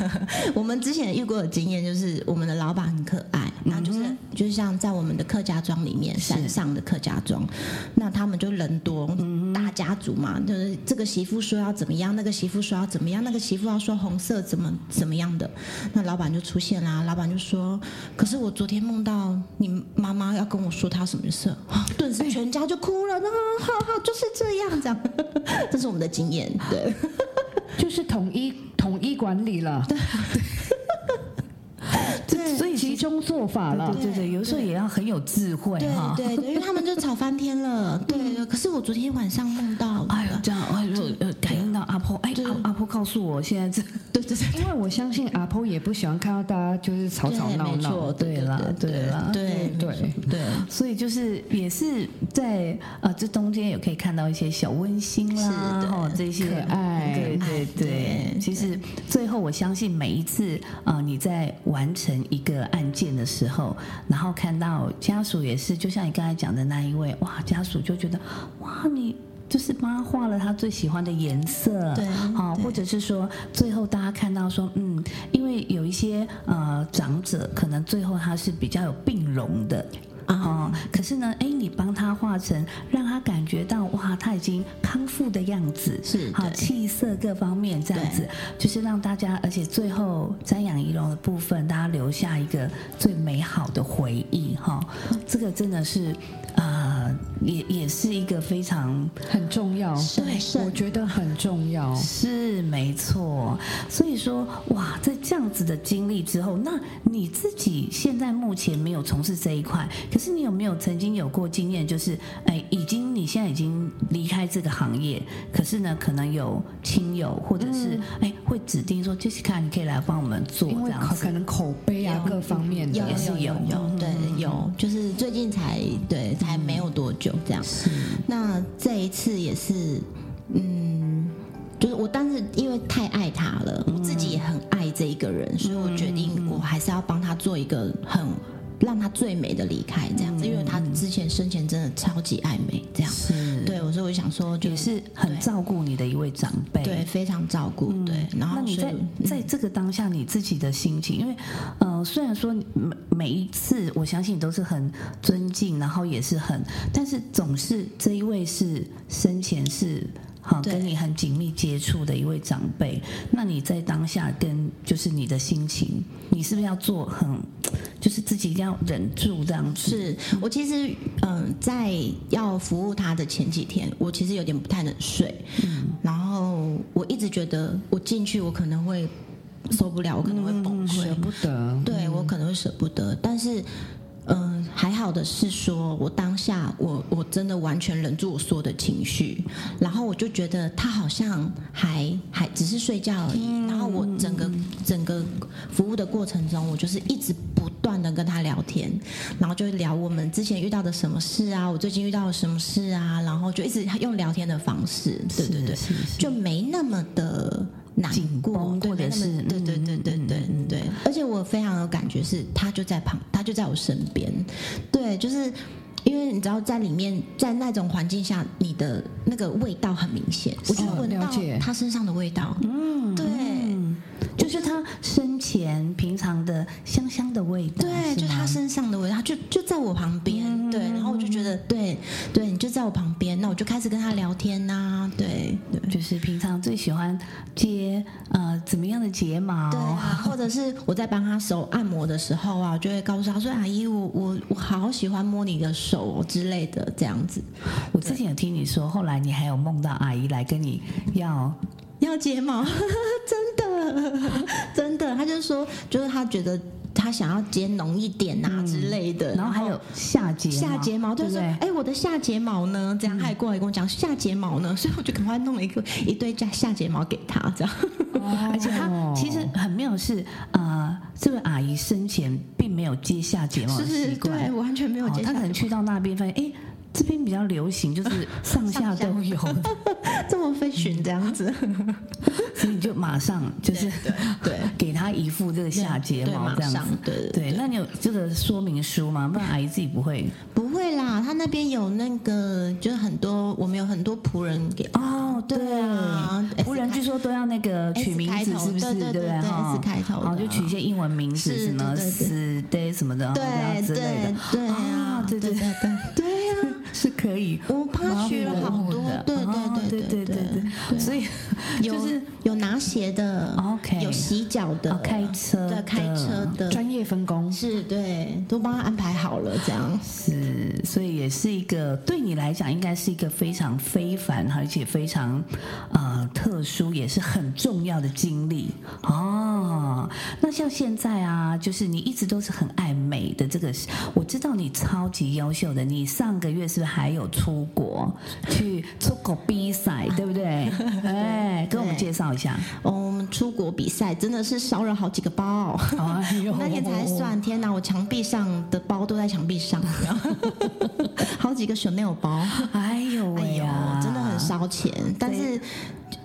[SPEAKER 6] 我们之前遇过的经验就是，我们的老板很可爱，那就是、就是像在我们的客家庄里面，山上的客家庄，那他们就人多，大家族嘛，就是这个媳妇说要怎么样，那个媳妇说要怎么样，那个媳妇要说红色怎么怎么样的，那老板就出现啦，老板就说：“可是我昨天梦到你妈妈要跟我说她什么事，啊 顿时全家就哭了。”那好好就是这样，这样， 这是我们的经验，对。
[SPEAKER 5] 就是统一统一管理了，
[SPEAKER 1] 这，所以
[SPEAKER 5] 集
[SPEAKER 1] 其实哦
[SPEAKER 5] 中做法了
[SPEAKER 1] 对。对对，有时候也要很有智慧 哈。
[SPEAKER 6] 对对对，因为他们就吵翻天了。 嗯对，可是我昨天晚上梦到，
[SPEAKER 1] 哎呦，这样哎呦呃，感应到阿婆，哎
[SPEAKER 6] 对
[SPEAKER 1] 阿阿婆告诉我现在这
[SPEAKER 6] 对对对，
[SPEAKER 5] 因为我相信阿婆也不喜欢看到大家就是吵吵
[SPEAKER 6] 对
[SPEAKER 5] 闹
[SPEAKER 6] 没
[SPEAKER 5] 闹
[SPEAKER 6] 错，，
[SPEAKER 1] 对啦对啦
[SPEAKER 6] 对
[SPEAKER 5] 对
[SPEAKER 6] 对。
[SPEAKER 1] 所以就是也是在呃这中间也可以看到一些小温馨啦，
[SPEAKER 6] 是的
[SPEAKER 1] 哦这些
[SPEAKER 5] 可爱
[SPEAKER 1] 对对
[SPEAKER 6] 爱对
[SPEAKER 1] 对。其实最后我相信每一次呃你在完成一个案件的时候，然后看到家属也是，就像你刚才讲的那一位，哇，家属就觉得哇你。就是帮他画了他最喜欢的颜色，
[SPEAKER 6] 对
[SPEAKER 1] 哦，
[SPEAKER 6] 对
[SPEAKER 1] 或者是说最后大家看到说，嗯，因为有一些呃长者可能最后他是比较有病容的，
[SPEAKER 6] 啊
[SPEAKER 1] 哦，可是呢，哎，你帮他画成，让他感觉到哇，他已经康复的样子，
[SPEAKER 6] 是
[SPEAKER 1] 好
[SPEAKER 6] 对
[SPEAKER 1] 气色各方面这样
[SPEAKER 6] 对
[SPEAKER 1] 子，就是让大家，而且最后瞻仰仪容的部分，大家留下一个最美好的回忆哈、这个真的是，呃，也也是一个非常
[SPEAKER 5] 很重要，
[SPEAKER 6] 是
[SPEAKER 5] 我觉得很重要。
[SPEAKER 1] 是没错，所以说哇，在这样子的经历之后，那你自己现在目前没有从事这一块，可是你有没有曾经有过经验，就是哎，已经你现在已经离开这个行业，可是呢，可能有亲友或者是哎、会指定说 Jessica，你可以来帮我们做
[SPEAKER 5] 因
[SPEAKER 1] 这
[SPEAKER 5] 为
[SPEAKER 1] 样
[SPEAKER 5] 可可
[SPEAKER 1] 子，
[SPEAKER 5] 能口碑啊各方面的
[SPEAKER 6] 有
[SPEAKER 1] 也是有嗯
[SPEAKER 6] 有对有，就是最近才对才没有多久这样。那这一次也是，嗯，就是我当时因为太爱他
[SPEAKER 1] 嗯
[SPEAKER 6] 了，我自己也很爱这一个人，所以我决定我还是要帮他做一个很让她最美的离开这样子，因为她之前生前真的超级爱美这样。
[SPEAKER 1] 是，
[SPEAKER 6] 对，我说我想说就
[SPEAKER 1] 也是很
[SPEAKER 6] 对
[SPEAKER 1] 照顾你的一位长辈。
[SPEAKER 6] 对，非常照顾，对，然
[SPEAKER 1] 嗯那
[SPEAKER 6] 后
[SPEAKER 1] 你
[SPEAKER 6] 哦所以嗯
[SPEAKER 1] 在在这个当下你自己的心情，因为呃，虽然说你每每一次我相信你都是很尊敬，然后也是很，但是总是这一位是生前是好
[SPEAKER 6] 对
[SPEAKER 1] 跟你很紧密接触的一位长辈，那你在当下跟就是你的心情，你是不是要做很，就是自己一定要忍住这样子？
[SPEAKER 6] 是我其实嗯、在要服务他的前几天，我其实有点不太能睡，然后我一直觉得我进去我可能会受不了，我可能会崩溃，
[SPEAKER 5] 舍不得，
[SPEAKER 6] 对我可能会舍不得，但是。嗯，还好的是说，我当下我我真的完全忍住我所有的情绪，然后我就觉得他好像还还只是睡觉而已，然后我整个整个服务的过程中，我就是一直不断的跟他聊天，然后就聊我们之前遇到的什么事啊，我最近遇到了什么事啊，然后就一直用聊天的方式，对对对，
[SPEAKER 1] 是是
[SPEAKER 6] 就没那么的难
[SPEAKER 1] 紧
[SPEAKER 6] 过，
[SPEAKER 1] 绷
[SPEAKER 6] 对
[SPEAKER 1] 或者
[SPEAKER 6] 没那么
[SPEAKER 1] 是
[SPEAKER 6] 对对对对
[SPEAKER 1] 嗯嗯
[SPEAKER 6] 对
[SPEAKER 1] 嗯
[SPEAKER 6] 对，而且我非常有感觉是，他就在旁，他就在我身边，对，就是。因为你知道，在里面，在那种环境下，你的那个味道很明显，我就
[SPEAKER 5] 哦
[SPEAKER 6] 闻
[SPEAKER 5] 了
[SPEAKER 6] 到
[SPEAKER 5] 解
[SPEAKER 6] 他身上的味道。嗯，对，
[SPEAKER 1] 就是他生前平常的香香的味道，
[SPEAKER 6] 对，
[SPEAKER 1] 是
[SPEAKER 6] 就他
[SPEAKER 1] 吗嗯
[SPEAKER 6] 身上的味道，他就就在我旁边，对，然后我就觉得，对，对，你就在我旁边，那我就开始跟他聊天呐、对，对，
[SPEAKER 1] 就是平常最喜欢接呃怎么样的睫毛？
[SPEAKER 6] 对啊，或者是我在帮他手按摩的时候啊，我就会告诉他说：“阿姨，我我我好喜欢摸你的手、哦、之类的，这样子。
[SPEAKER 1] 我之前有听你说，后来你还有梦到阿姨来跟你要”
[SPEAKER 6] 要睫毛， 真的 真的，他就说，就是他觉得他想要接浓一点啊之类的，
[SPEAKER 1] 嗯然后还有下睫毛
[SPEAKER 6] 下睫毛，
[SPEAKER 1] 对
[SPEAKER 6] 就
[SPEAKER 1] 不
[SPEAKER 6] 是说
[SPEAKER 1] 对？嗯
[SPEAKER 6] 哎，我的下睫毛呢？这样，他也过来跟我讲下睫毛呢，所以我就赶快弄了一个一堆下下睫毛给他，这样。
[SPEAKER 1] 而且
[SPEAKER 6] 哦
[SPEAKER 1] 她其实很妙的是，呃，这位阿姨生前并没有接下睫毛的习
[SPEAKER 6] 是，对，
[SPEAKER 1] 惯，
[SPEAKER 6] 完全没有
[SPEAKER 1] 哦
[SPEAKER 6] 接
[SPEAKER 1] 她
[SPEAKER 6] 下
[SPEAKER 1] 可能去到那边发现，哎，这边比较流行，就是上下都 有，
[SPEAKER 6] 这么
[SPEAKER 1] 嗯
[SPEAKER 6] 飞寻这样子。
[SPEAKER 1] 所以你就马上就是
[SPEAKER 6] 对对对
[SPEAKER 1] 给她一副这个下睫
[SPEAKER 6] 对
[SPEAKER 1] 毛
[SPEAKER 6] 马
[SPEAKER 1] 这样子
[SPEAKER 6] 上。对对
[SPEAKER 1] 对，那你有这个说明书吗？不然阿姨自己不会。
[SPEAKER 6] 不会啦，他那边有那个，就是很多我们有很多仆人给
[SPEAKER 1] 哦，
[SPEAKER 6] 对啊
[SPEAKER 1] 不然据说都要那个
[SPEAKER 6] S
[SPEAKER 1] 取名
[SPEAKER 6] 开
[SPEAKER 1] 字，
[SPEAKER 6] 头
[SPEAKER 1] 是不是？
[SPEAKER 6] 对对
[SPEAKER 1] 不
[SPEAKER 6] 对对
[SPEAKER 1] 哈
[SPEAKER 6] S 开头的
[SPEAKER 1] 然后就取一些英文名字，
[SPEAKER 6] 是
[SPEAKER 1] 什么
[SPEAKER 6] 对对对
[SPEAKER 1] s day 什么的，然后
[SPEAKER 6] 对
[SPEAKER 1] 之类的
[SPEAKER 6] 对，对啊
[SPEAKER 1] 啊，对
[SPEAKER 6] 对
[SPEAKER 1] 对
[SPEAKER 6] 对对对啊，
[SPEAKER 1] 是可以
[SPEAKER 6] 我帮他取了好多
[SPEAKER 1] 模糊的
[SPEAKER 6] 对对
[SPEAKER 1] 哦对
[SPEAKER 6] 对
[SPEAKER 1] 对
[SPEAKER 6] 对对
[SPEAKER 1] 对，所以
[SPEAKER 6] 有
[SPEAKER 1] 就是
[SPEAKER 6] 有拿鞋的
[SPEAKER 1] OK
[SPEAKER 6] 有洗脚的
[SPEAKER 1] 哦，开车的
[SPEAKER 6] 对开车的，
[SPEAKER 5] 专业分工
[SPEAKER 6] 是对，都帮他安排好了这样。
[SPEAKER 1] 是，所以也是一个对你来讲，应该是一个非常非凡，而且非常呃特殊，也是很重要的经历哦。那像现在啊，就是你一直都是很爱美的这个，我知道你超级优秀的，你上个月是不是还有出国去出国比赛，对不 对？哎，跟我们介绍一下。
[SPEAKER 6] 哦，我们出国比赛真的是烧了好几个包，
[SPEAKER 1] 哎呦
[SPEAKER 6] 我那天才算，天哪，我墙壁上的包都在墙壁上，好几个 Chanel 包。
[SPEAKER 1] 哎呦
[SPEAKER 6] 哎
[SPEAKER 1] 喂
[SPEAKER 6] 呦
[SPEAKER 1] 呀、，
[SPEAKER 6] 真的很烧钱，但是。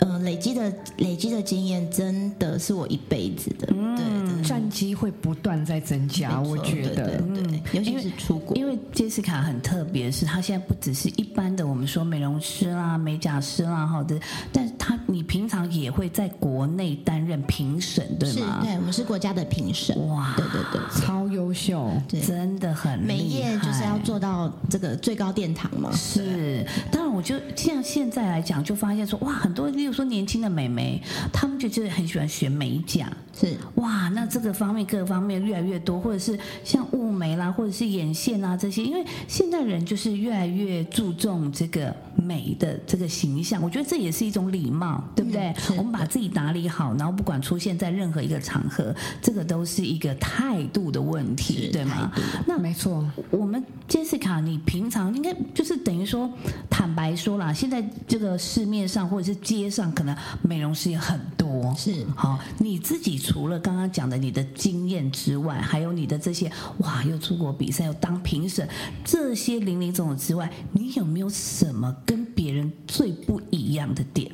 [SPEAKER 6] 呃，累积的累积的经验真的是我一辈子的，对
[SPEAKER 1] 嗯
[SPEAKER 6] 对
[SPEAKER 5] 战机会不断在增加，
[SPEAKER 6] 没错
[SPEAKER 5] 我觉得
[SPEAKER 6] 对对对，尤其是出国，
[SPEAKER 1] 因为杰西卡很特别，是她现在不只是一般的我们说美容师啦、美甲师啦，好的，但是她你平常也会在国内担任评审，对
[SPEAKER 6] 是
[SPEAKER 1] 吗？
[SPEAKER 6] 对，我们是国家的评审，
[SPEAKER 1] 哇
[SPEAKER 6] 对对对，
[SPEAKER 5] 超优秀。
[SPEAKER 6] 对
[SPEAKER 1] 真的很厉害
[SPEAKER 6] 美业就是要。做到这个最高殿堂嘛，
[SPEAKER 1] 是，当然，我就像现在来讲，就发现说，哇，很多，例如说年轻的美眉，她们就是很喜欢学美甲，
[SPEAKER 6] 是
[SPEAKER 1] 哇，那这个方面各个方面越来越多，或者是像雾眉啦，或者是眼线啊这些，因为现代人就是越来越注重这个美的这个形象，我觉得这也是一种礼貌，对不对？
[SPEAKER 6] 嗯是
[SPEAKER 1] 我们把自己打理好，然后不管出现在任何一个场合，这个都是一个态度的问题，
[SPEAKER 6] 是
[SPEAKER 1] 对吗？那
[SPEAKER 5] 没错，
[SPEAKER 1] 我们 Jessica，你平常应该就是等于说，坦白说啦，现在这个市面上或者是街上，可能美容师也很多。
[SPEAKER 6] 是
[SPEAKER 1] 好，你自己除了刚刚讲的你的经验之外，还有你的这些哇，又出国比赛，又当评审，这些零零总总之外，你有没有什么跟别人最不一样的点？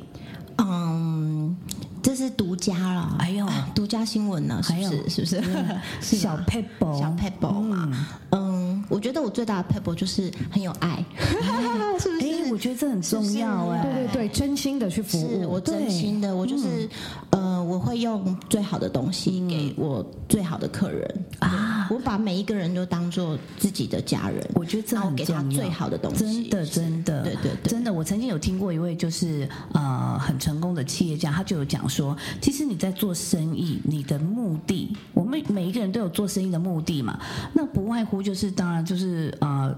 [SPEAKER 6] 嗯，这是独家了，
[SPEAKER 1] 哎呦
[SPEAKER 6] 啊独家新闻呢，是不
[SPEAKER 1] 哎呦
[SPEAKER 6] 是？ 是不是？是吗
[SPEAKER 1] 小 pebble，
[SPEAKER 6] 小啊 pebble 嘛，嗯，我觉得我最大的 pebble 就是很有爱，是不
[SPEAKER 1] 哎，我
[SPEAKER 6] 是？
[SPEAKER 1] 觉得这很重
[SPEAKER 6] 是
[SPEAKER 1] 要哎、
[SPEAKER 5] 对对对，真心的去服
[SPEAKER 6] 是
[SPEAKER 5] 务，
[SPEAKER 6] 我真
[SPEAKER 1] 哦对嗯
[SPEAKER 6] 心的，我就是呃，我会用最好的东西给我最好的客人啊，我把每一个人都当做自己的家人，
[SPEAKER 1] 我觉得这
[SPEAKER 6] 然后
[SPEAKER 1] 很
[SPEAKER 6] 给
[SPEAKER 1] 重要
[SPEAKER 6] 他最好的东西，
[SPEAKER 1] 真的，
[SPEAKER 6] 是
[SPEAKER 1] 真的，
[SPEAKER 6] 对对对
[SPEAKER 1] 真的，我曾经有听过一位就是呃很成功的企业家，他就有讲说，其实你在做生意，你的目的，我们每一个人都有做生意的目的嘛，那不外乎就是当然就是呃。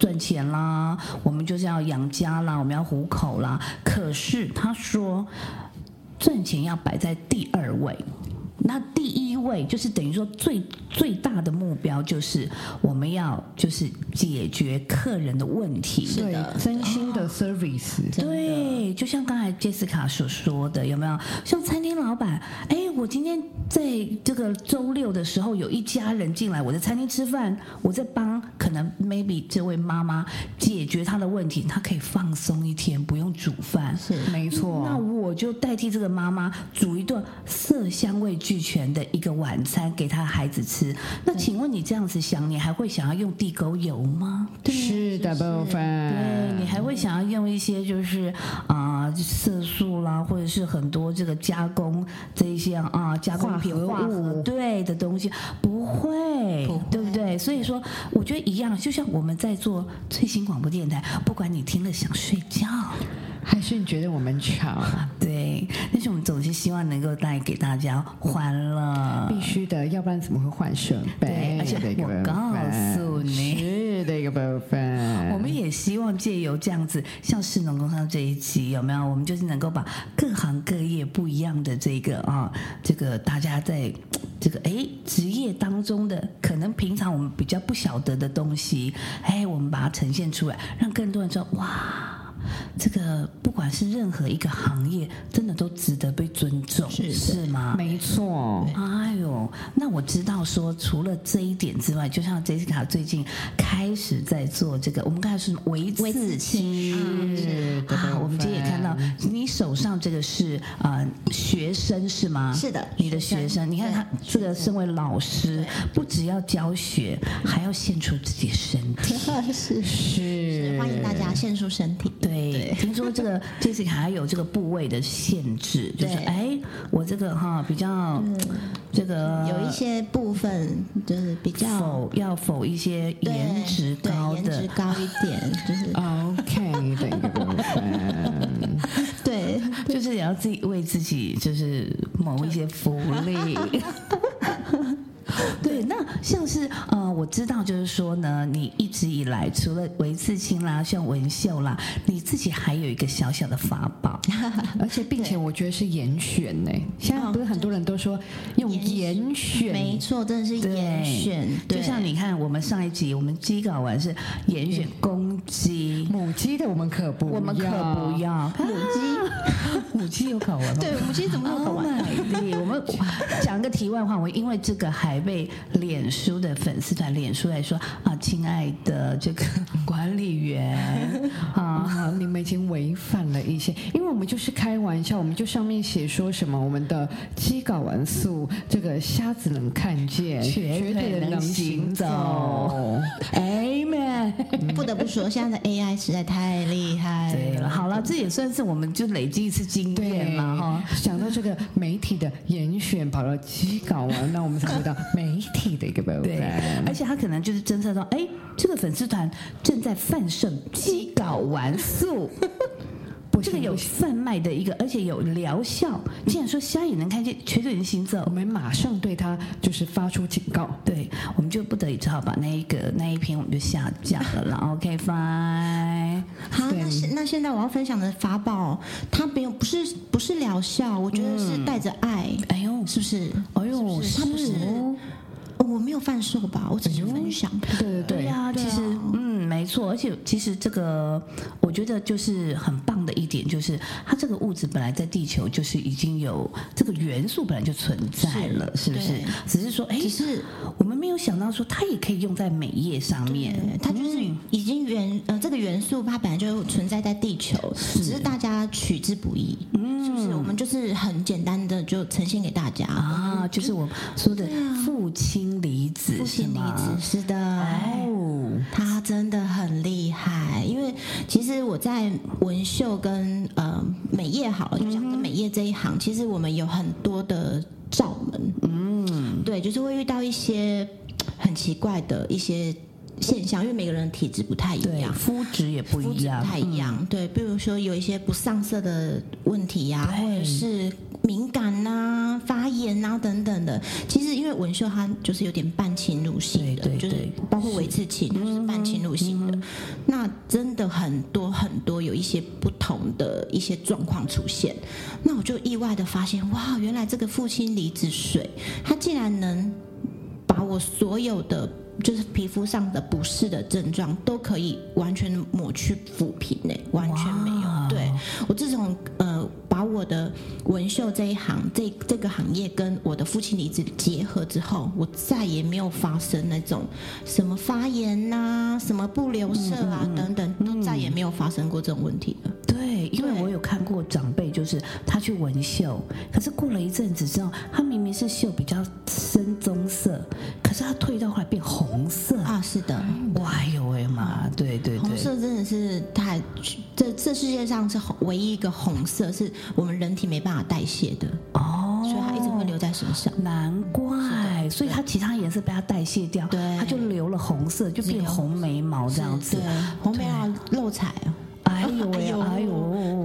[SPEAKER 1] 赚钱啦，我们就是要养家啦，我们要糊口啦。可是他说，赚钱要摆在第二位。那第一位就是等于说最最大的目标就是我们要就是解决客人的哦问题。
[SPEAKER 5] 对真心的 service，
[SPEAKER 1] 对，就像刚才 Jessica 所说的，有没有？像餐厅老板，哎，我今天在这个周六的时候，有一家人进来我的餐厅吃饭，我在帮可能 maybe 这位妈妈解决她的问题，她可以放松一天，不用煮饭。
[SPEAKER 6] 是
[SPEAKER 5] 没错。
[SPEAKER 1] 那我就代替这个妈妈煮一顿色香味俱全的一个晚餐给她孩子吃。那请问你这样子想，你还会想要用地沟油吗？
[SPEAKER 5] 是的部
[SPEAKER 1] 对
[SPEAKER 5] 分，
[SPEAKER 1] 你还会想要用一些就是啊、就是色素啦，或者是很多这个加工这一些啊、加工品
[SPEAKER 5] 化合物
[SPEAKER 1] 对的东西，不会，
[SPEAKER 6] 不会
[SPEAKER 1] 对不对？所以说，我觉得一样，就像我们在做最新广播电台，不管你听了想睡觉，
[SPEAKER 5] 还是你觉得我们吵？
[SPEAKER 1] 对，但是我们总是希望能够带给大家欢乐。
[SPEAKER 5] 必须的，要不然怎么会换设
[SPEAKER 1] 对
[SPEAKER 5] 备？
[SPEAKER 1] 而且
[SPEAKER 5] 的一个部分
[SPEAKER 1] 我告诉你
[SPEAKER 5] 是的一个部
[SPEAKER 1] 我
[SPEAKER 5] 分。
[SPEAKER 1] 们也希望借由这样子，像市农工商这一集有没有？我们就是能够把各行各业不一样的这个啊，这个大家在这个哎职业当中的，可能平常我们比较不晓得的东西，哎，我们把它呈现出来，让更多人说哇。这个不管是任何一个行业，真的都值得被尊重，
[SPEAKER 6] 是的
[SPEAKER 1] 是吗？
[SPEAKER 5] 没错，
[SPEAKER 1] 哎呦，那我知道说，除了这一点之外，就像 Jessica 最近开始在做这个，我们刚才说什么维
[SPEAKER 6] 维
[SPEAKER 1] 字
[SPEAKER 6] 字
[SPEAKER 1] 期
[SPEAKER 6] 期
[SPEAKER 5] 是的
[SPEAKER 1] 啊，我们今天也看到你手上这个是呃学生是吗？
[SPEAKER 6] 是的
[SPEAKER 1] 你的学
[SPEAKER 6] 学
[SPEAKER 1] 生，
[SPEAKER 6] 生
[SPEAKER 1] 你看他这个身为老师，不只要教学，还要献出自己的身体。
[SPEAKER 6] 是 是，欢迎大家献出身体，
[SPEAKER 1] 对，听说这个 Jessica 还有这个部位的限制，就是
[SPEAKER 6] 对嗯
[SPEAKER 1] 哎，我这个哈比较这个
[SPEAKER 6] 有一些部分就是比较
[SPEAKER 1] 否要否一些
[SPEAKER 6] 对
[SPEAKER 1] 颜值
[SPEAKER 6] 对
[SPEAKER 1] 高
[SPEAKER 6] 颜值
[SPEAKER 1] 的，哦
[SPEAKER 6] 高一点，就是
[SPEAKER 5] OK 的一个部 分，
[SPEAKER 6] 对。
[SPEAKER 1] 就是也要自己为自己就是谋一些福利。 对，那像是呃，我知道就是说呢，你一直以来除了维刺青啦、像纹绣啦，你自己还有一个小小的法宝，
[SPEAKER 5] 而且并且我觉得是严选呢。现在不
[SPEAKER 1] 哦
[SPEAKER 5] 是很多人都说用严
[SPEAKER 6] 没
[SPEAKER 5] 选，
[SPEAKER 6] 错，真的是
[SPEAKER 1] 对
[SPEAKER 6] 严选，
[SPEAKER 1] 就
[SPEAKER 6] 对
[SPEAKER 1] 像你看我们上一集我们鸡睾丸是严选公鸡，
[SPEAKER 5] 母鸡的我们可不，
[SPEAKER 1] 我们可不。要
[SPEAKER 6] 母 鸡，
[SPEAKER 1] 母鸡有睾丸吗？
[SPEAKER 6] 对母鸡怎么啊会有睾
[SPEAKER 1] Oh
[SPEAKER 6] 丸？
[SPEAKER 1] my god！我 们讲个题外话，我因为这个还被脸书的粉丝团脸书来说啊，亲爱的这个 管理员 啊，
[SPEAKER 5] 啊，你们已经违反了一些，因为我们就是开玩笑，我们就上面写说什么我们的鸡睾丸素，这个瞎子能看见，
[SPEAKER 1] 瘸腿
[SPEAKER 5] 瘸腿
[SPEAKER 1] 能
[SPEAKER 5] 能
[SPEAKER 1] 行
[SPEAKER 5] 行
[SPEAKER 1] 走
[SPEAKER 5] 走。Amen。
[SPEAKER 6] 不得不说，现在的 AI 实在太厉害
[SPEAKER 1] 对啊了，
[SPEAKER 6] 了。
[SPEAKER 1] 哎好了，这也算是我们就累积一次经验
[SPEAKER 5] 对
[SPEAKER 1] 了哈。
[SPEAKER 5] 想到这个媒体的严选跑到鸡睾丸，那我们才知道媒体的一个部分。
[SPEAKER 1] 对，而且他可能就是侦测到，哎，这个粉丝团正在贩售鸡睾丸素。
[SPEAKER 5] 不
[SPEAKER 1] 这个
[SPEAKER 5] 行
[SPEAKER 1] 有
[SPEAKER 5] 不行
[SPEAKER 1] 贩卖的一个，而且有疗 效。竟然说瞎也能看见，瘸腿能行走
[SPEAKER 5] 我，们马上对他就是发出警告。
[SPEAKER 1] 对，我们就不得已只好把那一个那一篇我们就下架了 啦。OK fine，
[SPEAKER 6] 好，
[SPEAKER 5] 对
[SPEAKER 6] 那现那现在我要分享的法宝，它没有不是不是疗效，我觉得是带着爱，
[SPEAKER 1] 哎呦，
[SPEAKER 6] 是不是？
[SPEAKER 1] 哎呦，
[SPEAKER 6] 是不是它不是
[SPEAKER 1] 哦哎
[SPEAKER 6] 哦我没有贩售吧，我只是分享。
[SPEAKER 5] 对
[SPEAKER 1] 对
[SPEAKER 5] 对对，
[SPEAKER 6] 啊
[SPEAKER 1] 呀、其实嗯，嗯，没错，而且其实这个我觉得就是很棒的一点，就是它这个物质本来在地球就是已经有这个元素本来就存在了，是不是
[SPEAKER 6] 对？
[SPEAKER 1] 只是说，哎，
[SPEAKER 6] 只是
[SPEAKER 1] 我们没有想到说它也可以用在美业上面
[SPEAKER 6] 对，，它就是
[SPEAKER 1] 嗯
[SPEAKER 6] 已经元呃这个元素，它本来就存在在地球，只是大家取之不易，
[SPEAKER 1] 嗯
[SPEAKER 6] 是不是？我们就是很简单的就呈现给大家。
[SPEAKER 1] 啊，就是我说的父亲离子，
[SPEAKER 6] 啊父亲
[SPEAKER 1] 是
[SPEAKER 6] 离
[SPEAKER 1] 吗
[SPEAKER 6] 子是的，
[SPEAKER 1] 哦，
[SPEAKER 6] 他真的很厉害，因为其实我在文秀跟呃美业好了，
[SPEAKER 1] 嗯
[SPEAKER 6] 就讲跟美业这一行，其实我们有很多的罩门，嗯，对，就是会遇到一些很奇怪的一些现象，因为每个人的体质不太一
[SPEAKER 1] 对，
[SPEAKER 6] 样。
[SPEAKER 1] 肤质也不
[SPEAKER 6] 肤
[SPEAKER 1] 一
[SPEAKER 6] 质
[SPEAKER 1] 样嗯
[SPEAKER 6] 不，太一样，对，比如说有一些不上色的问题呀、
[SPEAKER 1] 对
[SPEAKER 6] 或者是敏感呐、发炎呐、等等的。其实因为纹绣它就是有点半侵入性的，
[SPEAKER 1] 对对嗯
[SPEAKER 6] 就是
[SPEAKER 1] 对
[SPEAKER 6] 包括维持器，它就是半侵入性的。那真的很多很多有一些不同的一些状况出现，那我就意外的发现，哇，原来这个父亲离子水，它竟然能把我所有的就是皮肤上的不适的症状都可以完全抹去抚平呢、完全没有。对我自从呃把我的纹绣这一行这这个行业跟我的父亲离子结合之后，我再也没有发生那种什么发炎呐、什么不留色啊、等等，都再也没有发生过这种问题了。
[SPEAKER 1] 对，因为
[SPEAKER 6] 对
[SPEAKER 1] 我有看过长辈，就是他去纹绣，可是过了一阵子之后，他明明是绣比较深棕色，可是他退到后来变红色。
[SPEAKER 6] 啊，是的，
[SPEAKER 1] 哇哎呦喂妈！对对
[SPEAKER 6] 红
[SPEAKER 1] 对，
[SPEAKER 6] 色真的是太，这这世界上是红唯一一个红色是我们人体没办法代谢的，
[SPEAKER 1] 哦，
[SPEAKER 6] 所以它一直会留在身上。
[SPEAKER 1] 难怪，所以它其他颜色被它代谢掉，
[SPEAKER 6] 对
[SPEAKER 1] 它就留了红色，就变红眉毛这样子
[SPEAKER 6] 是。对，红眉毛漏彩啊，
[SPEAKER 1] 哎呦喂，哎呦，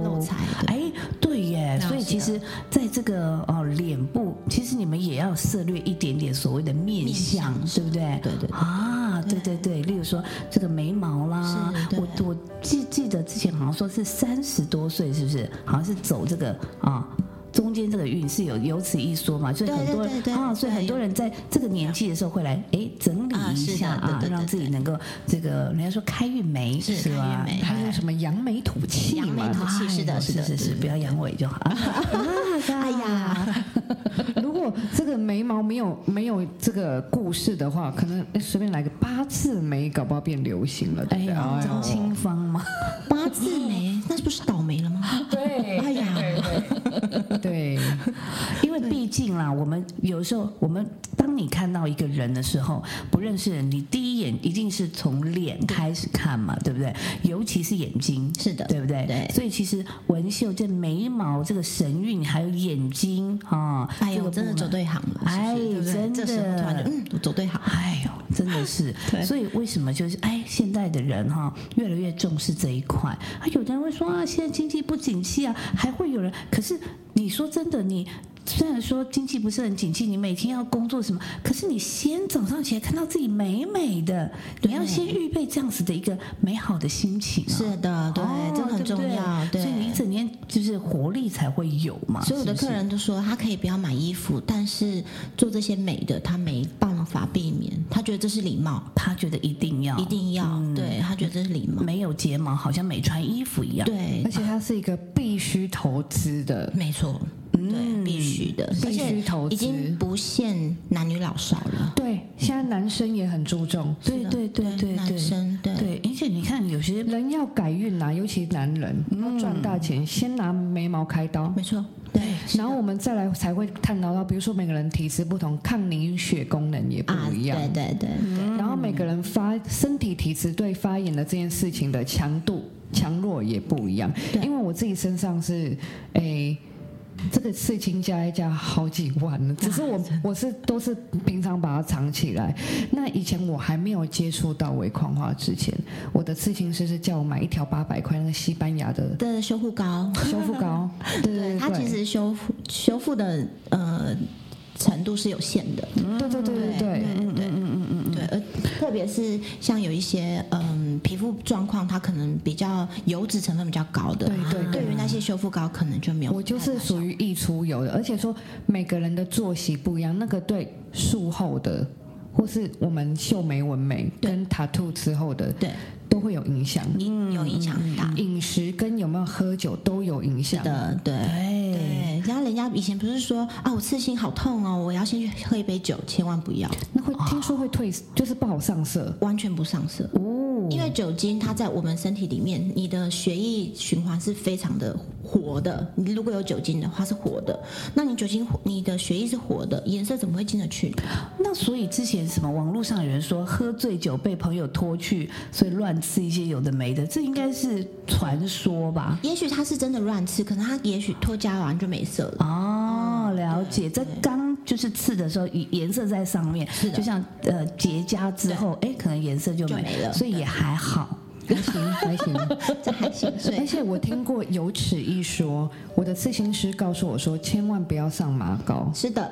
[SPEAKER 6] 漏彩的。
[SPEAKER 1] 哎，对耶，
[SPEAKER 6] 那
[SPEAKER 1] 所以其实在这个呃脸部，其实你们也要涉略一点点所谓的面相，对不对？
[SPEAKER 6] 对对对
[SPEAKER 1] 啊，对对对，例如说这个眉毛啦，
[SPEAKER 6] 是
[SPEAKER 1] 我我记记得之前好像说是三十多岁，是不是？好像是走这个啊。中间这个运是有有此一说嘛，所以
[SPEAKER 6] 对
[SPEAKER 1] 很多人
[SPEAKER 6] 对对对
[SPEAKER 1] 啊，所以
[SPEAKER 6] 对
[SPEAKER 1] 很多人在这个年纪的时候会来哎整理
[SPEAKER 6] 啊
[SPEAKER 1] 一
[SPEAKER 6] 是的
[SPEAKER 1] 下
[SPEAKER 6] 对
[SPEAKER 1] 啊
[SPEAKER 6] 对，对
[SPEAKER 1] 让自己
[SPEAKER 6] 对
[SPEAKER 1] 能够这个人家说开运眉
[SPEAKER 6] 是开运
[SPEAKER 1] 吧？
[SPEAKER 6] 眉
[SPEAKER 5] 还有什么扬眉吐气
[SPEAKER 6] 扬眉
[SPEAKER 5] 嘛
[SPEAKER 6] 吐？口气是的
[SPEAKER 1] 哎呦
[SPEAKER 6] 是
[SPEAKER 1] 是
[SPEAKER 6] 的
[SPEAKER 1] 是
[SPEAKER 6] 对
[SPEAKER 1] 是，
[SPEAKER 6] 对
[SPEAKER 1] 不要阳痿 就好。啊
[SPEAKER 6] 哎呀，
[SPEAKER 5] 如果这个眉毛没有没有这个故事的话，可能哎随便来个八字眉，搞不好变流行了，对
[SPEAKER 1] 哎
[SPEAKER 5] 不对？
[SPEAKER 1] 呀，张清芳吗？
[SPEAKER 6] 八字眉，那不是倒霉了吗？
[SPEAKER 5] 对，
[SPEAKER 6] 哎呀，
[SPEAKER 5] 对，
[SPEAKER 1] 因为毕竟啦，我们有时候我们当你看到一个人的时候，不认识人，你第一眼一定是从脸开始看嘛，对不对？尤其是眼睛，
[SPEAKER 6] 是的
[SPEAKER 1] 对不对？
[SPEAKER 6] 对
[SPEAKER 1] 所以其实纹绣这眉毛、这个神韵，还有眼睛啊，
[SPEAKER 6] 哎
[SPEAKER 1] 这
[SPEAKER 6] 呦，
[SPEAKER 1] 个
[SPEAKER 6] 真的
[SPEAKER 1] 部门
[SPEAKER 6] 走对行了，是不是
[SPEAKER 1] 哎
[SPEAKER 6] 对不对
[SPEAKER 1] 真的
[SPEAKER 6] 这时候突然就嗯，我走对行。，
[SPEAKER 1] 哎呦，真的是
[SPEAKER 6] 对
[SPEAKER 1] 所以为什么就是哎，现在的人哈、越来越重视这一块啊？有的人会说啊，现在经济不景气啊，还会有人。可是你说真的，你虽然说经济不是很景气，你每天要工作什么，可是你先早上起来看到自己美美的，你要先预备这样子的一个美好的心情啊。
[SPEAKER 6] 是的，对
[SPEAKER 1] 哦，
[SPEAKER 6] 这很
[SPEAKER 1] 对不
[SPEAKER 6] 重
[SPEAKER 1] 对
[SPEAKER 6] 要。对，
[SPEAKER 1] 所以你一整天就是活力才会有嘛。
[SPEAKER 6] 所有的
[SPEAKER 1] 啊是不是
[SPEAKER 6] 客人都说他可以不要买衣服，但是做这些美的他没办法避免，他觉得这是礼貌，
[SPEAKER 1] 他觉得一定要
[SPEAKER 6] 一定要，对他觉得这是礼貌，
[SPEAKER 1] 哦没有睫毛，好像没穿衣服一样。
[SPEAKER 6] 对
[SPEAKER 5] 而，且它是一个必须投资的，
[SPEAKER 6] 没错，对，必
[SPEAKER 1] 嗯
[SPEAKER 6] 须的，
[SPEAKER 5] 嗯必须
[SPEAKER 6] 而且
[SPEAKER 5] 投资
[SPEAKER 6] 已经不限男女老少了，
[SPEAKER 5] 对，现在男生也很注重，
[SPEAKER 1] 对对对对对，
[SPEAKER 6] 男生对
[SPEAKER 1] 对，而且你看有些
[SPEAKER 5] 人要改运呐、尤其男人要赚大钱，先拿眉毛开刀。
[SPEAKER 6] 没错，对，
[SPEAKER 5] 然后我们再来才会探讨到，比如说每个人体质不同，抗凝血功能也不
[SPEAKER 6] 啊，
[SPEAKER 5] 一
[SPEAKER 6] 对
[SPEAKER 5] 样，嗯
[SPEAKER 6] 对对对，
[SPEAKER 5] 然后每个人发身体体质对发炎的这件事情的强度强弱也不一样。
[SPEAKER 6] 对
[SPEAKER 5] 因为我自己身上是，诶、这个事情加一加好几万
[SPEAKER 6] 啊
[SPEAKER 5] 了，只是我我是都是平常把它藏起来。那以前我还没有接触到微矿化之前，我的刺青师是叫我买一条八百块那个西班牙的
[SPEAKER 6] 的修护膏，
[SPEAKER 5] 修复 膏，对对，
[SPEAKER 6] 它其实修复修复的呃程度是有限的，
[SPEAKER 5] 对对对对对，
[SPEAKER 6] 对，嗯嗯嗯，对，而特别是像有一些嗯皮肤状况，它可能比较油脂成分比较高的，啊
[SPEAKER 5] 对对对
[SPEAKER 6] 于那些修复膏可能就没有。
[SPEAKER 5] 我就是属于易出油的，而且说每个人的作息不一样，那个对术后的或是我们秀眉纹眉
[SPEAKER 6] 对
[SPEAKER 5] 跟 tattoo 之后的，
[SPEAKER 6] 对，
[SPEAKER 5] 都会有影响。
[SPEAKER 6] 嗯，有影响很大。
[SPEAKER 5] 饮食跟有没有喝酒都有影响。
[SPEAKER 6] 的，对
[SPEAKER 1] 对，
[SPEAKER 6] 对，然后人家以前不是说啊，我刺青好痛哦，我要先去喝一杯酒，千万不要，
[SPEAKER 5] 那会听说会退，就是不好上色。
[SPEAKER 6] 完全不上色。因为酒精它在我们身体里面，你的血液循环是非常的活的。你如果有酒精的话是活的，那你酒精活你的血液是活的，颜色怎么会进得去？
[SPEAKER 1] 那所以之前什么网络上有人说喝醉酒被朋友拖去，所以乱吃一些有的没的，这应该是传说吧？
[SPEAKER 6] 也许它是真的乱吃，可能它也许脱痂完就没色 了。
[SPEAKER 1] 哦，了解，在刚就是刺的时候，颜颜色在上面，就像呃结痂之后，哎，可能颜色就
[SPEAKER 6] 就没了
[SPEAKER 1] 所以也还好。
[SPEAKER 5] 还行还 行，
[SPEAKER 6] 这还行，所以
[SPEAKER 5] 而且我听过有此一说，我的刺青师告诉我说，千万不要上马膏，
[SPEAKER 6] 是的，